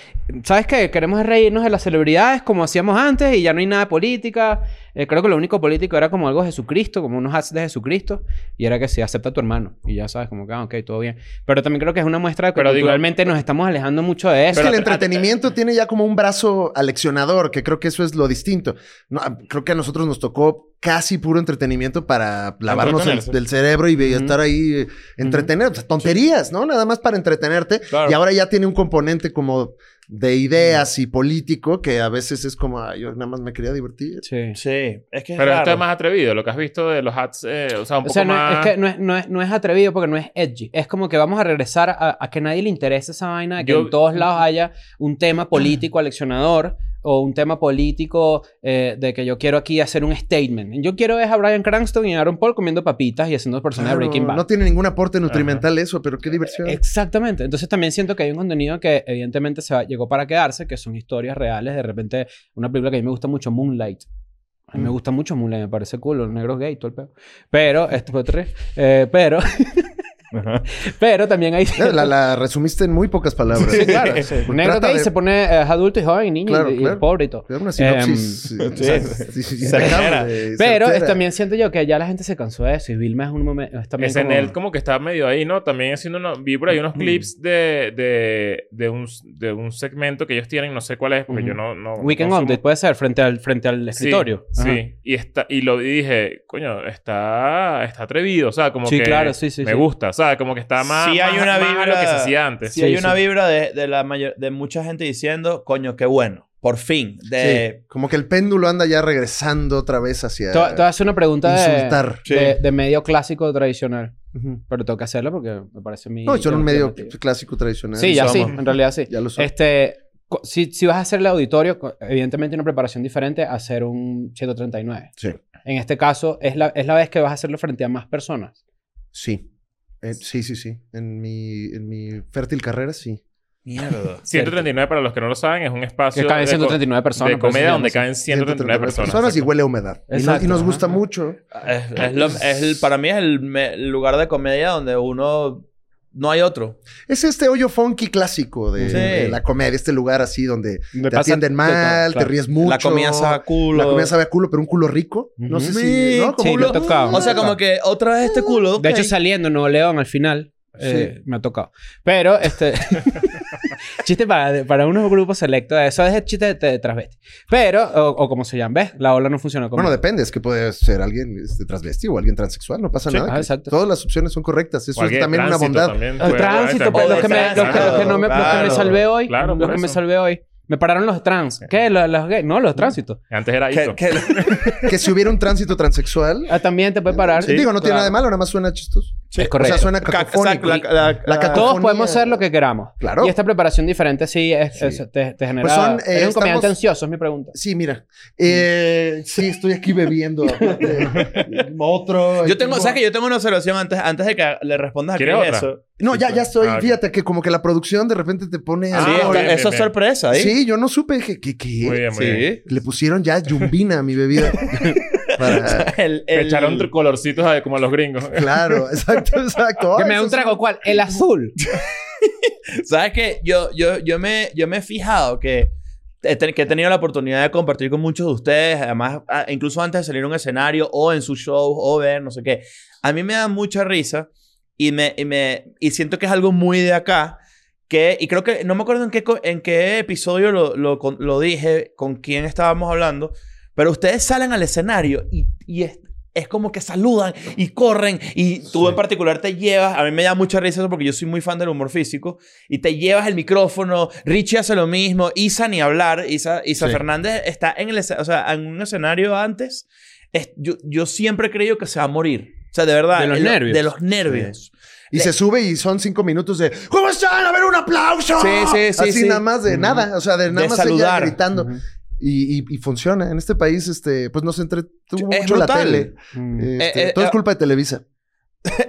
S1: ¿sabes qué? Queremos reírnos de las celebridades como hacíamos antes y ya no hay nada de política. Eh, creo que lo único político era como algo de Jesucristo, como unos hats de Jesucristo. Y era que sí, acepta a tu hermano. Y ya sabes, como que, ah, ok, todo bien. Pero también creo que es una muestra de que
S6: Pero digo-
S1: culturalmente nos estamos alejando mucho de
S3: Es
S1: eso.
S3: que el
S6: Pero-
S3: entretenimiento tiene ya como un brazo aleccionador, que creo que eso es lo distinto. No, a- creo que a nosotros nos tocó casi puro entretenimiento para lavarnos el,
S6: Entretenerse.
S3: del cerebro y ve- estar ahí eh, entretener, o sea, tonterías, ¿no? Nada más para entretenerte.
S6: Claro.
S3: Y ahora ya tiene un componente como de ideas y político que a veces es como, "Ah, yo nada más me quería divertir.
S1: Sí.
S7: Sí, es que es
S6: Pero esto
S7: raro.
S6: es más atrevido, lo que has visto de los hats, eh, o sea, un
S1: O
S6: poco
S1: sea, no,
S6: más...
S1: es que no es, no, es, no es atrevido porque no es edgy. Es como que vamos a regresar a, a que nadie le interese esa vaina, de que
S6: Yo- mm.
S1: en todos lados haya un tema político aleccionador o un tema político eh, de que yo quiero aquí hacer un statement. Yo quiero es a Brian Cranston y Aaron Paul comiendo papitas y haciendo personas de
S3: Claro,
S1: Breaking Bad.
S3: no tiene ningún aporte nutrimental eso, pero qué diversión.
S1: eh, Exactamente. Entonces también siento que hay un contenido que evidentemente se va- llegó para quedarse, que son historias reales. De repente, una película que a mí me gusta mucho, Moonlight. A
S3: Mm.
S1: mí me gusta mucho Moonlight, me parece cool, los negros gay, todo el pedo. Pero, esto fue tres. Eh, pero, pero también hay...
S3: Eh, La, la resumiste en muy pocas palabras.
S1: Sí, claro.
S3: Porque
S1: negro
S3: trata
S1: gay
S3: de-
S1: se pone eh, es adulto y joven y niño
S3: Claro,
S1: y, y
S3: claro.
S1: pobre y todo.
S3: Era una
S1: Em,
S3: sinopsis. eh,
S7: sí.
S3: sí,
S7: Certera.
S3: impecable,
S1: Pero
S3: certera.
S1: es- también siento yo que ya la gente se cansó de eso y Vilma es un momento... Es también
S6: Ese
S1: como- Mm.
S6: Nel como que está medio ahí, ¿no? También haciendo una... Vi por ahí unos clips de, de, de, un, de un segmento que ellos tienen, no sé cuál es, porque
S1: Ujú.
S6: yo no... no no
S1: Weekend
S6: consumo.
S1: on puede ser, frente al, frente al
S6: Sí,
S1: escritorio.
S6: Sí,
S1: Ajá.
S6: Y, está, y lo vi y dije, coño, está, está atrevido, o sea, como
S1: Sí,
S6: que
S1: claro, sí, sí,
S6: me
S1: sí.
S6: gusta, o sea, como que está más,
S7: Sí hay
S6: más-
S7: una
S6: más a lo
S7: vibra-
S6: que se hacía antes.
S7: Sí,
S1: Sí,
S7: hay una
S1: sí.
S7: vibra de, de la mayor, de mucha gente diciendo, coño, qué bueno, por fin. De,
S3: Sí, como que el péndulo anda ya regresando otra vez hacia
S1: Te, voy- te voy a hacer una pregunta de,
S3: insultar.
S1: de, de medio clásico tradicional.
S3: Ujú.
S1: Pero tengo que hacerlo porque me parece mi...
S3: No, son un medio
S1: llamativo.
S3: clásico tradicional.
S1: Sí, ya sí.
S7: Somos.
S1: En realidad sí.
S3: Ya lo son.
S1: Este, co- si, si vas a hacerle auditorio, co- evidentemente una preparación diferente a hacer un 139.
S3: Sí.
S1: En este caso, es la, es la vez que vas a hacerlo frente a más personas.
S3: Sí. Eh, sí, sí, sí. En mi, en mi fértil carrera, sí.
S7: mierda.
S6: 139, para los que no lo saben, es un espacio
S1: Que caen
S6: de co-
S1: 139 personas. pues,
S6: de
S1: por eso
S6: comedia
S1: se
S6: donde
S1: llama
S6: caen 139 personas.
S3: y huele a humedad. Y, no- y
S1: Exacto.
S3: nos gusta
S1: Ajá.
S3: mucho.
S7: Es, es lo- es el- para mí es el, me- el lugar de comedia donde uno... No hay otro.
S3: Es este hoyo funky clásico de,
S7: Sí.
S3: de la comedia, este lugar así donde
S1: así. Me
S3: te
S1: pasa
S3: atienden
S1: de
S3: mal,
S1: todo,
S3: te
S1: claro.
S3: ríes mucho.
S7: La comida sabe a culo.
S3: La comida sabe a culo, pero un culo rico. No sé
S1: Ujú.
S3: si. ¿no? Como
S1: Sí,
S3: un-
S1: me ha tocado.
S7: O sea, como que otra vez este culo.
S1: De
S7: ok.
S1: hecho, saliendo en Nuevo León al final, eh, me ha tocado. Pero, este. chiste para, para unos grupos selectos. Eso es el chiste de, de transvesti. Pero, o, o como se llama, ¿ves? La ola no funciona como.
S3: Bueno, depende, es que puede ser alguien este, transvesti o alguien transexual, no pasa
S1: Sí.
S3: nada.
S1: Ah,
S3: que
S1: exacto.
S3: Todas las opciones son correctas, eso es
S6: Cualquier
S3: también una
S6: tránsito
S3: bondad.
S6: también
S1: El
S6: puede-
S1: tránsito, pues,
S6: puede-
S1: los que, me, los que- los que no me, los que me
S7: Claro,
S1: salvé hoy.
S6: claro,
S1: los
S6: por
S1: que me
S6: eso.
S1: salvé hoy. Me pararon los trans. ¿Qué? ¿Los, los gays? No, los tránsitos.
S6: Antes era
S7: Que-
S6: eso.
S7: que-
S3: Que si hubiera un tránsito transexual,
S1: Ah, también te puede parar.
S3: digo, no
S1: Claro.
S3: tiene nada de malo, nada más suena chistoso.
S1: Es
S3: O sea,
S1: correcto.
S3: suena
S7: Exacto,
S3: cacofónico.
S7: la- la- la-
S1: Todos podemos ser lo que queramos.
S3: Claro.
S1: Y esta preparación diferente sí, es- es- te, te genera...
S3: Pues son, eh,
S1: Eres un comediante
S3: estamos-
S1: ansioso, es mi pregunta.
S3: Sí, mira. Eh, sí, estoy aquí bebiendo. aparte. Otro.
S7: Yo tengo, ¿sabes que yo tengo una observación antes, antes de que le respondas a
S6: ¿Quieres
S7: Chris
S6: otra?
S7: eso?
S3: No, ya, ya estoy.
S6: Ah, ok.
S3: Fíjate que como que la producción de repente te pone.
S6: Ah,
S7: sí,
S3: algo-
S7: está-
S6: bien, bien,
S7: eso es
S6: bien.
S7: sorpresa, ¿eh?
S3: sí, yo no supe. Dije, ¿qué? qué?
S6: Muy bien, muy bien.
S7: sí.
S3: Le pusieron ya yumbina a mi bebida. Para-
S7: El,
S6: Le
S7: el-
S6: echaron tr- colorcitos a- como a los gringos.
S3: Claro, exacto, exacto.
S1: que
S3: Ay,
S1: me da
S3: eso
S1: un trago, ¿cuál? El azul.
S7: ¿Sabes qué? Yo, yo, yo, me, yo me he fijado que he, ten- que he tenido la oportunidad de compartir con muchos de ustedes, además, ah, incluso antes de salir a un escenario o en sus shows o ver, no sé qué. A mí me da mucha risa y, me, y, me, y siento que es algo muy de acá. Que, y creo que, no me acuerdo en qué, co- en qué episodio lo, lo, con- lo dije, con quién estábamos hablando, pero ustedes salen al escenario y, y es, es como que saludan y corren y tú en particular te llevas, a mí me da mucha risa eso porque yo soy muy fan del humor físico, y te llevas el micrófono, Richie hace lo mismo, Isa ni hablar, Isa, Isa
S3: Sí.
S7: Fernández está en, el, esce- o sea, en un escenario antes, es- yo, yo siempre he creído que se va a morir. O sea, de verdad.
S1: De los
S7: el-
S1: nervios.
S7: De los nervios.
S3: Y se sube y son cinco minutos de ¿Cómo están? ¡A ver un aplauso!
S7: Sí, sí, sí,
S3: Así
S7: sí.
S3: nada más de nada. O sea, de nada
S7: De
S3: más
S7: saludar.
S3: ella gritando. y, y, y funciona. En este país, este, pues nos entretuvo
S7: Es
S3: mucho la
S7: brutal.
S3: tele.
S1: Mm.
S3: Este,
S7: Eh, eh,
S3: todo es
S7: eh,
S3: culpa de Televisa.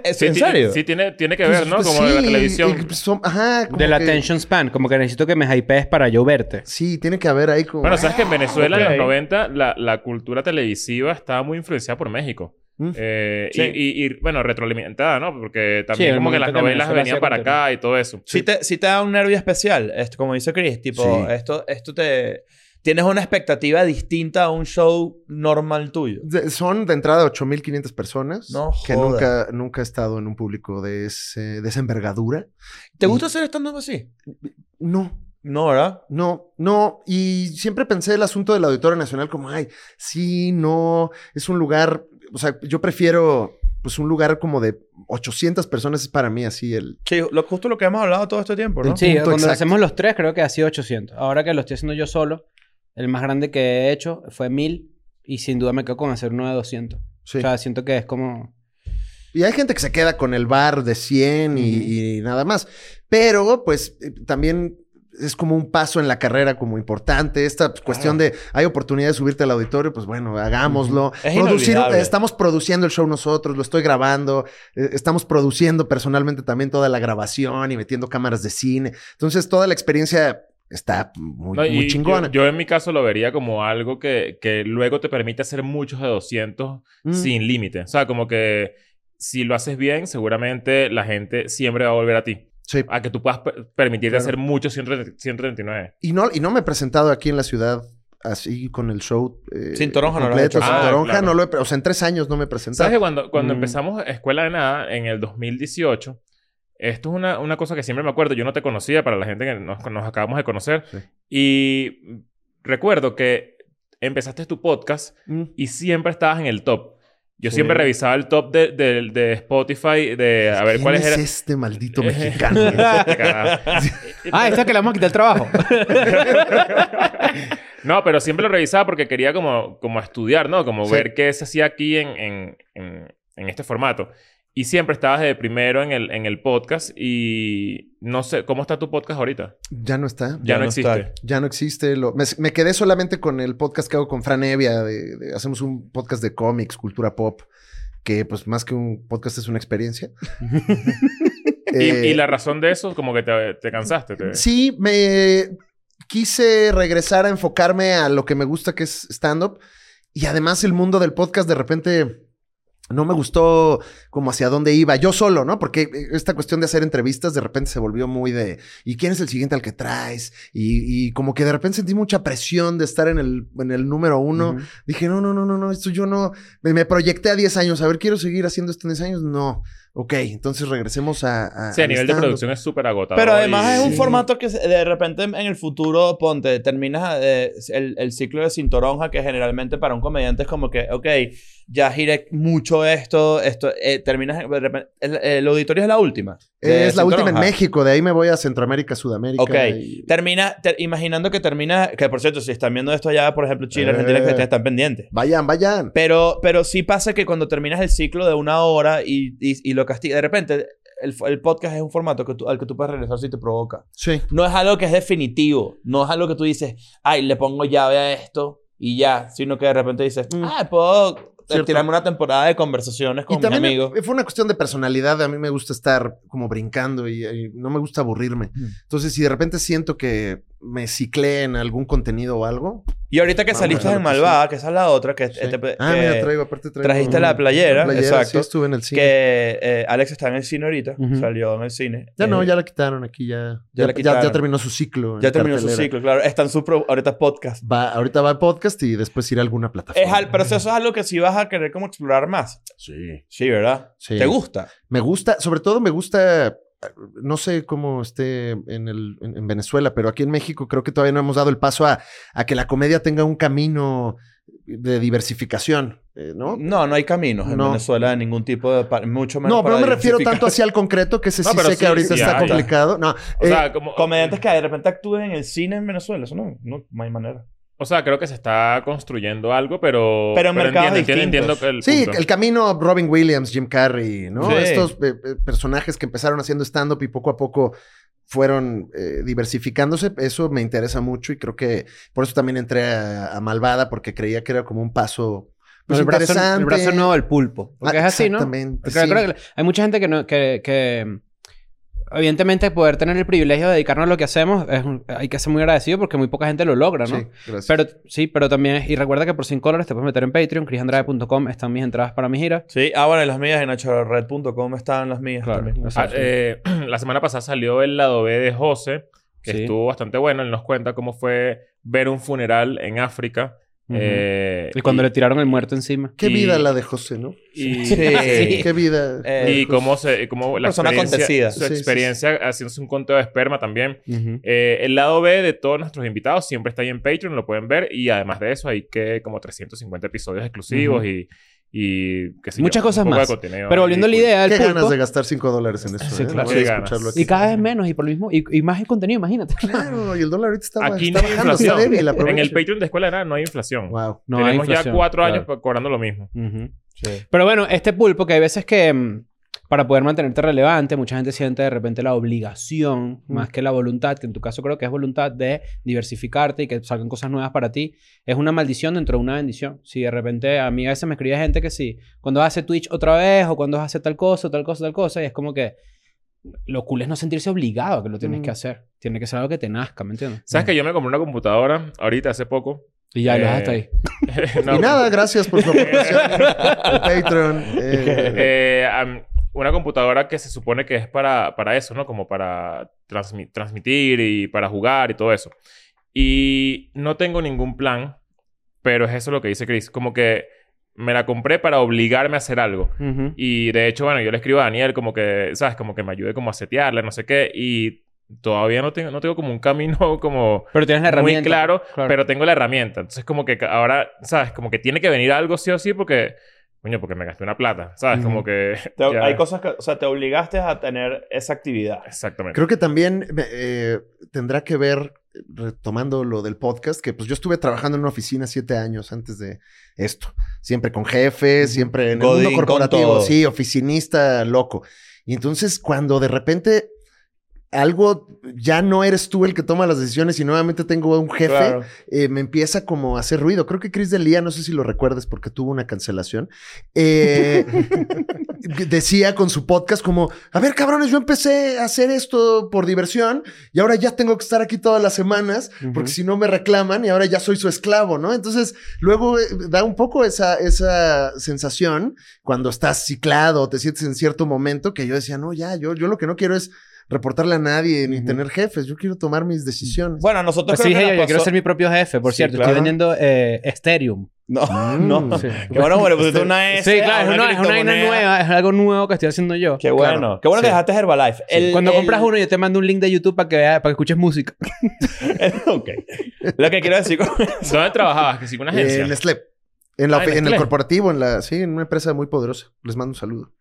S7: ¿Es-
S6: Sí,
S7: ¿En
S6: ti-
S7: serio?
S6: Sí, tiene, tiene que ver, ¿no? Como de la
S3: Pues, Sí,
S6: televisión.
S3: y- pues, y son- ajá, como
S1: De la
S3: que-
S1: attention span. Como que necesito que me hypees para yo verte.
S3: Sí, tiene que haber ahí como.
S6: Bueno, sabes que en Venezuela en
S7: ok.
S6: los 90 la, la cultura televisiva estaba muy influenciada por México.
S3: Mm.
S6: Eh,
S7: Sí.
S6: y, y- y, bueno, retroalimentada, ¿no? Porque
S1: Sí,
S6: también
S1: el
S6: como que
S1: momento
S6: las
S1: que
S6: novelas
S1: Venezuela
S6: venían
S1: hacía
S6: para
S1: contenido.
S6: acá y todo eso.
S7: Si, te, si te da un nervio especial, esto, como dice Chris, tipo,
S3: Sí.
S7: esto, esto te... Tienes una expectativa distinta a un show normal tuyo.
S3: De- son de entrada 8.500 personas.
S7: No
S3: que
S7: joda.
S3: nunca, nunca he estado en un público de, ese- de esa envergadura.
S7: ¿Te gusta hacer stand-up así?
S3: No,
S7: No, ¿verdad?
S3: no, no. Y siempre pensé el asunto del Auditorio Nacional como, ay, sí, no, es un lugar, o sea, yo prefiero pues un lugar como de 800 personas es para mí así el...
S7: Sí, lo, justo lo que hemos hablado todo este tiempo, ¿no?
S3: Un
S1: Sí,
S3: punto
S1: cuando lo
S3: exacto.
S1: hacemos los tres creo que ha sido 800. Ahora que lo estoy haciendo yo solo, el más grande que he hecho fue 1000 y sin duda me quedo con hacer uno de 200.
S3: Sí.
S1: O sea, siento que es como...
S3: Y hay gente que se queda con el bar de 100 y, y nada más. Pero, pues, eh, también es como un paso en la carrera como importante. Esta pues, cuestión de hay oportunidad de subirte al auditorio, pues bueno, hagámoslo.
S7: Es
S3: Producir,
S7: inolvidable.
S3: estamos produciendo el show nosotros, lo estoy grabando. eh, estamos produciendo personalmente también toda la grabación y metiendo cámaras de cine. Entonces, toda la experiencia está muy,
S6: No, y
S3: muy
S6: yo-
S3: chingona.
S6: Yo, en mi caso lo vería como algo que, que luego te permite hacer muchos de 200
S3: Mm.
S6: sin límite. O sea, como que si lo haces bien, seguramente la gente siempre va a volver a ti.
S3: Sí.
S6: A que tú puedas per- permitirte
S3: Claro.
S6: hacer muchos 130 139.
S3: Y no, y no me he presentado aquí en la ciudad así con el show. eh,
S7: Sin Toronja no lo has
S3: completo,
S7: hecho.
S3: Sin
S6: Ah,
S3: Toronja
S6: claro.
S3: no lo he. pre- O sea, en tres años no me he presentado.
S6: ¿Sabes que cuando, cuando
S1: Mm.
S6: empezamos Escuela de Nada en el 2018, esto es una, una cosa que siempre me acuerdo. Yo no te conocía para la gente que nos, nos acabamos de conocer.
S3: Sí.
S6: Y recuerdo que empezaste tu podcast
S3: Mm.
S6: y siempre estabas en el top. Yo
S1: Sí.
S6: siempre revisaba el top de, de- de Spotify, de a ver
S3: ¿Quién
S6: cuáles
S3: es
S6: eran.
S3: este maldito
S6: Eh.
S3: mexicano?
S1: Ah, esta que le vamos a quitar el trabajo.
S6: No, pero siempre lo revisaba porque quería como, como estudiar, ¿no? Como
S3: Sí.
S6: ver qué se hacía aquí en, en, en, en este formato. Y siempre estabas de primero en el, en el podcast y no sé, ¿cómo está tu podcast ahorita?
S3: ya no está.
S6: Ya,
S7: Ya
S6: no,
S7: no
S6: existe.
S7: está.
S3: Ya no existe. Lo, me, me quedé solamente con el podcast que hago con Fran Evia. de- de- hacemos un podcast de cómics, cultura pop. Que, pues, más que un podcast es una experiencia.
S6: Y,
S3: Eh,
S6: y la razón de eso, como que te, te cansaste. te-
S3: Sí, me quise regresar a enfocarme a lo que me gusta, que es stand-up. Y además el mundo del podcast de repente no me gustó como hacia dónde iba yo solo, ¿no? Porque eh, esta cuestión de hacer entrevistas de repente se volvió muy de, ¿y quién es el siguiente al que traes? Y, y como que de repente sentí mucha presión de estar en el, en el número uno.
S1: Ujú.
S3: Dije, no, no, no, no, no, esto yo no. Me, me proyecté a 10 años. A ver, quiero seguir haciendo esto en 10 años. No. Ok, entonces regresemos a. a-
S6: Sí, a
S3: al
S6: nivel de
S3: stand-up.
S6: producción es súper agotador.
S7: Pero además
S6: y-
S7: es un
S3: Sí.
S7: formato que se- de repente en el futuro, ponte, terminas eh, el, el ciclo de Cintoronja, que generalmente para un comediante es como que, ok, ya giré mucho esto, esto, eh, terminas, de repente, el, el auditorio es la última. de
S3: Es la última en
S7: Cintoronja.
S3: México, de ahí me voy a Centroamérica, Sudamérica.
S7: Ok.
S3: y-
S7: Termina, te- imaginando que termina, que por cierto, si están viendo esto allá, por ejemplo, Chile,
S3: Eh.
S7: Argentina, que ustedes están pendientes.
S3: Vayan, vayan.
S7: Pero, pero sí pasa que cuando terminas el ciclo de una hora y, y, y lo castigas, de repente el, el podcast es un formato que tú- al que tú puedes regresar si te provoca.
S3: Sí.
S7: No es algo que es definitivo. No es algo que tú dices, ay, le pongo llave a esto y ya. Sino que de repente dices,
S3: Mm.
S7: ah, puedo
S3: Cierto.
S7: tirarme una temporada de conversaciones con
S3: Y
S7: mis
S3: también
S7: amigos.
S3: eh, fue una cuestión de personalidad. A mí me gusta estar como brincando y, y no me gusta aburrirme.
S7: Mm.
S3: Entonces, si de repente siento que me ciclé en algún contenido o algo.
S7: Y ahorita que
S3: Vamos,
S7: saliste
S3: claro
S7: en
S3: que Ah, sí.
S7: Malvada, que esa es la otra, que,
S3: sí.
S7: este- que-
S3: ah, mira, traigo, aparte traigo.
S7: trajiste
S3: una-
S7: la playera,
S3: una
S7: exacto.
S3: sí, estuve en el cine.
S7: que eh, Alex está en el cine ahorita.
S1: Ujú.
S7: Salió en el cine.
S3: Ya
S7: Eh,
S3: no, ya la quitaron aquí, ya.
S7: Ya
S3: Ya,
S7: la
S3: ya-
S7: quitaron.
S3: ya terminó su ciclo. en
S7: ya terminó su
S3: cartelera.
S7: ciclo, claro. Está en su pro- ahorita podcast.
S3: Va, ahorita va el podcast y después irá a alguna plataforma.
S7: Es al, pero eso es algo que sí vas a querer como explorar más.
S3: Sí.
S7: Sí, ¿verdad?
S3: Sí.
S7: ¿Te gusta?
S3: Me gusta, sobre todo me gusta, no sé cómo esté en, el, en, en Venezuela, pero aquí en México creo que todavía no hemos dado el paso a, a que la comedia tenga un camino de diversificación, eh, ¿no?
S6: Mm,
S7: No, no hay caminos en
S3: No.
S7: Venezuela de ningún tipo de... pa- Mucho menos
S3: No, pero
S7: para
S3: no me refiero
S7: diversificar.
S3: tanto hacia el concreto, que ese
S6: No,
S3: sí
S6: pero
S3: sé
S6: sí,
S3: que ahorita
S6: sí,
S3: está
S6: hay.
S3: complicado. No,
S6: O
S3: eh,
S6: sea, como...
S7: Comediantes que de repente actúen en el cine en Venezuela, eso no, no, no hay manera.
S6: O sea, creo que se está construyendo algo, pero...
S7: Pero en mercados
S6: entiendo, entiendo,
S7: distintos.
S6: entiendo el
S3: sí,
S6: punto.
S3: el camino Robin Williams, Jim Carrey, ¿no?
S7: Sí.
S3: Estos eh, eh, personajes que empezaron haciendo stand-up y poco a poco fueron eh, diversificándose, eso me interesa mucho y creo que por eso también entré a, a Malvada porque creía que era como un paso pues,
S1: el, brazo,
S3: interesante.
S1: el brazo nuevo del pulpo. Porque
S3: Ah,
S1: es así, ¿no?
S3: Exactamente.
S1: Porque
S3: sí.
S1: creo que hay mucha gente que no, que, que evidentemente, poder tener el privilegio de dedicarnos a lo que hacemos, es un- hay que ser muy agradecido porque muy poca gente lo logra, ¿no?
S3: Sí, gracias.
S1: Pero sí, pero también, es- y recuerda que por 5 dólares te puedes meter en Patreon, chrisandrade.com, están mis entradas para mi gira.
S7: Sí, ah, bueno, y las mías en nachorred.com están las mías también.
S6: Ah, eh, la semana pasada salió el lado B de José, que
S1: Sí.
S6: estuvo bastante bueno. Él nos cuenta cómo fue ver un funeral en África.
S1: Ujú.
S6: eh,
S1: y cuando le tiraron el muerto encima.
S3: Qué
S6: y-
S3: vida la de José, ¿no?
S6: y-
S7: Sí.
S3: Qué vida.
S7: Eh,
S6: Y cómo, se, cómo la
S7: persona
S6: experiencia,
S7: acontecida.
S6: su
S3: Sí, sí,
S6: experiencia haciéndose un conteo de esperma también. Eh, el lado B de todos nuestros invitados siempre está ahí en Patreon, lo pueden ver. Y además de eso, hay que como 350 episodios exclusivos y, y qué sé yo,
S1: Muchas
S6: un
S1: cosas
S6: poco
S1: más.
S6: de contenido
S1: Pero volviendo a la
S6: ahí, cool.
S1: idea
S3: Qué
S1: del
S3: ganas de
S1: pulpo,
S3: gastar 5 dólares en esto.
S1: Sí,
S3: ¿eh?
S6: claro.
S3: Voy a
S6: Qué ganas.
S3: escucharlo aquí.
S1: y cada vez menos, y por lo mismo, y, y más en contenido, imagínate.
S3: Claro, y el dólar ahorita está,
S6: Aquí no
S3: está
S6: hay
S3: bajando, está
S6: inflación.
S3: débil.
S6: en el
S3: aprovechen.
S6: Patreon de Escuela de Nada no hay inflación.
S3: Wow.
S1: No, hay
S6: Tenemos ya
S1: inflación,
S6: cuatro
S1: claro.
S6: años pa- cobrando lo mismo.
S1: Ujú.
S7: Sí.
S1: Pero bueno, este pulpo que hay veces que mm, para poder mantenerte relevante, mucha gente siente de repente la obligación,
S6: Mm.
S1: más que la voluntad, que en tu caso creo que es voluntad de diversificarte y que salgan cosas nuevas para ti. Es una maldición dentro de una bendición. Si de repente a mí a veces me escribe gente que sí, cuando hace Twitch otra vez o cuando hace tal cosa, tal cosa, tal cosa, y es como que lo cool es no sentirse obligado a que lo tienes que hacer. Tiene que ser algo que te nazca, ¿me entiendes?
S6: Mm.
S1: Mm.
S6: ¿Sabes que yo me compré una computadora ahorita hace poco?
S1: Y ya lo
S6: Eh,
S1: dejaste ahí.
S6: No,
S3: Y nada,
S7: pues,
S3: gracias por su aportación. El Patreon. eh,
S6: eh, am- una computadora que se supone que es para, para eso, ¿no? Como para transmi- transmitir y para jugar y todo eso. Y no tengo ningún plan, pero es eso lo que dice Chris. Como que me la compré para obligarme a hacer algo.
S1: Ujú.
S6: Y de hecho, bueno, yo le escribo a Daniel como que, ¿sabes? Como que me ayude como a setearla, no sé qué. Y todavía no tengo, no tengo como un camino como...
S1: Pero tienes la herramienta.
S6: Muy claro, pero tengo la herramienta. Entonces, como que ca- ahora, ¿sabes? Como que tiene que venir algo sí o sí porque, coño, porque me gasté una plata, ¿sabes? Como que...
S7: Te-
S6: ya.
S7: hay cosas que, o sea, te obligaste a tener esa actividad.
S6: Exactamente.
S3: Creo que también eh, tendrá que ver, retomando lo del podcast, que pues yo estuve trabajando en una oficina siete años antes de esto. Siempre con jefes, siempre en el
S7: Godín,
S3: mundo
S7: con
S3: corporativo.
S7: todo.
S3: Sí, oficinista loco. Y entonces cuando de repente algo ya no eres tú el que toma las decisiones y nuevamente tengo a un jefe,
S7: Claro.
S3: eh, me empieza como a hacer ruido. Creo que Chris Delia, no sé si lo recuerdes porque tuvo una cancelación, eh, decía con su podcast como, a ver cabrones, yo empecé a hacer esto por diversión y ahora ya tengo que estar aquí todas las semanas porque si no me reclaman y ahora ya soy su esclavo, ¿no? Entonces luego eh, da un poco esa, esa sensación cuando estás ciclado, te sientes en cierto momento que yo decía, no, ya, yo, yo lo que no quiero es reportarle a nadie ni tener jefes, yo quiero tomar mis decisiones.
S7: Bueno, a nosotros
S1: Pues sí,
S7: creo que
S1: dije
S7: nos
S1: yo, yo quiero
S7: pasó-
S1: ser mi propio jefe, por
S7: Sí,
S1: cierto.
S7: claro.
S1: Estoy vendiendo eh, Ethereum.
S7: No,
S3: Mm.
S7: no.
S1: Sí.
S7: Qué bueno, bueno, pusiste una S.
S1: Sí,
S7: a
S1: claro, es una, es una vaina
S7: criptomoneda.
S1: nueva, es algo nuevo que estoy haciendo yo.
S7: Qué bueno.
S3: Claro.
S7: Qué bueno que
S3: Sí.
S7: dejaste Herbalife. El-
S1: Cuando
S7: el-
S1: compras uno, yo te mando un link de YouTube para que veas, para que escuches música.
S7: ok. Lo que quiero decir con
S6: ¿Dónde trabajabas? Que sí, con una
S3: Eh,
S6: agencia.
S3: En Slep. En, la,
S6: Ah, en
S3: en el
S6: Nestlé.
S3: corporativo, en la, sí, en una empresa muy poderosa. Les mando un saludo.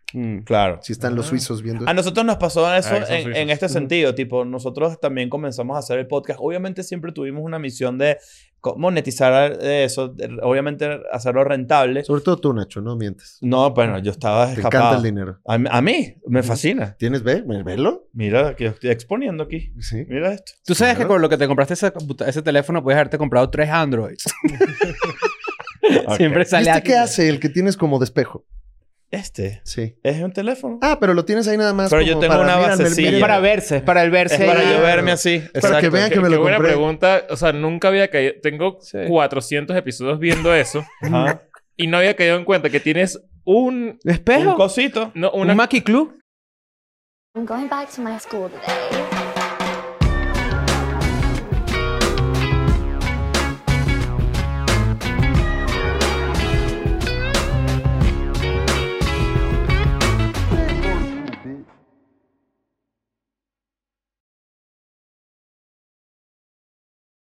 S7: Claro.
S3: Si están los suizos viendo.
S7: A nosotros nos pasó eso
S6: Ah, que son
S7: en,
S6: suizos.
S7: en este sentido, tipo, nosotros también comenzamos a hacer el podcast. Obviamente siempre tuvimos una misión de co- monetizar eh, eso, de- obviamente hacerlo rentable.
S3: Sobre todo tú, Nacho, no mientes.
S7: No, bueno, yo estaba
S3: Te encanta
S7: escapado.
S3: el dinero.
S7: A, mí- a mí me fascina.
S3: ¿Tienes ve? ve- ¿Velo?
S7: Mira, que yo estoy exponiendo aquí.
S3: Sí.
S7: Mira esto.
S1: Tú sabes que
S3: Claro.
S1: con lo que te compraste ese, computa- ese teléfono puedes haberte comprado tres Androids. Siempre sale
S3: ¿Viste
S1: aquí.
S3: qué hace el que tienes como despejo?
S7: Este
S3: Sí.
S7: es un teléfono.
S3: Ah, pero lo tienes ahí nada más.
S7: Pero yo
S3: como
S7: tengo
S3: para,
S7: una
S3: mírame,
S7: basecilla.
S3: mírame.
S1: Es para verse, es para el
S7: Es
S1: verse.
S7: para
S1: ahí.
S7: yo verme así.
S3: Para que
S7: exacto.
S3: vean que me lo
S6: buena
S3: compré.
S6: pregunta. O sea, nunca había caído... Tengo
S1: Sí.
S6: 400 episodios viendo eso
S7: Ajá.
S6: y no había caído en cuenta que tienes un...
S1: ¿Espejo?
S7: Un cosito.
S6: No,
S1: ¿Un,
S6: una...
S1: Maki Club?
S5: I'm going back to my school today.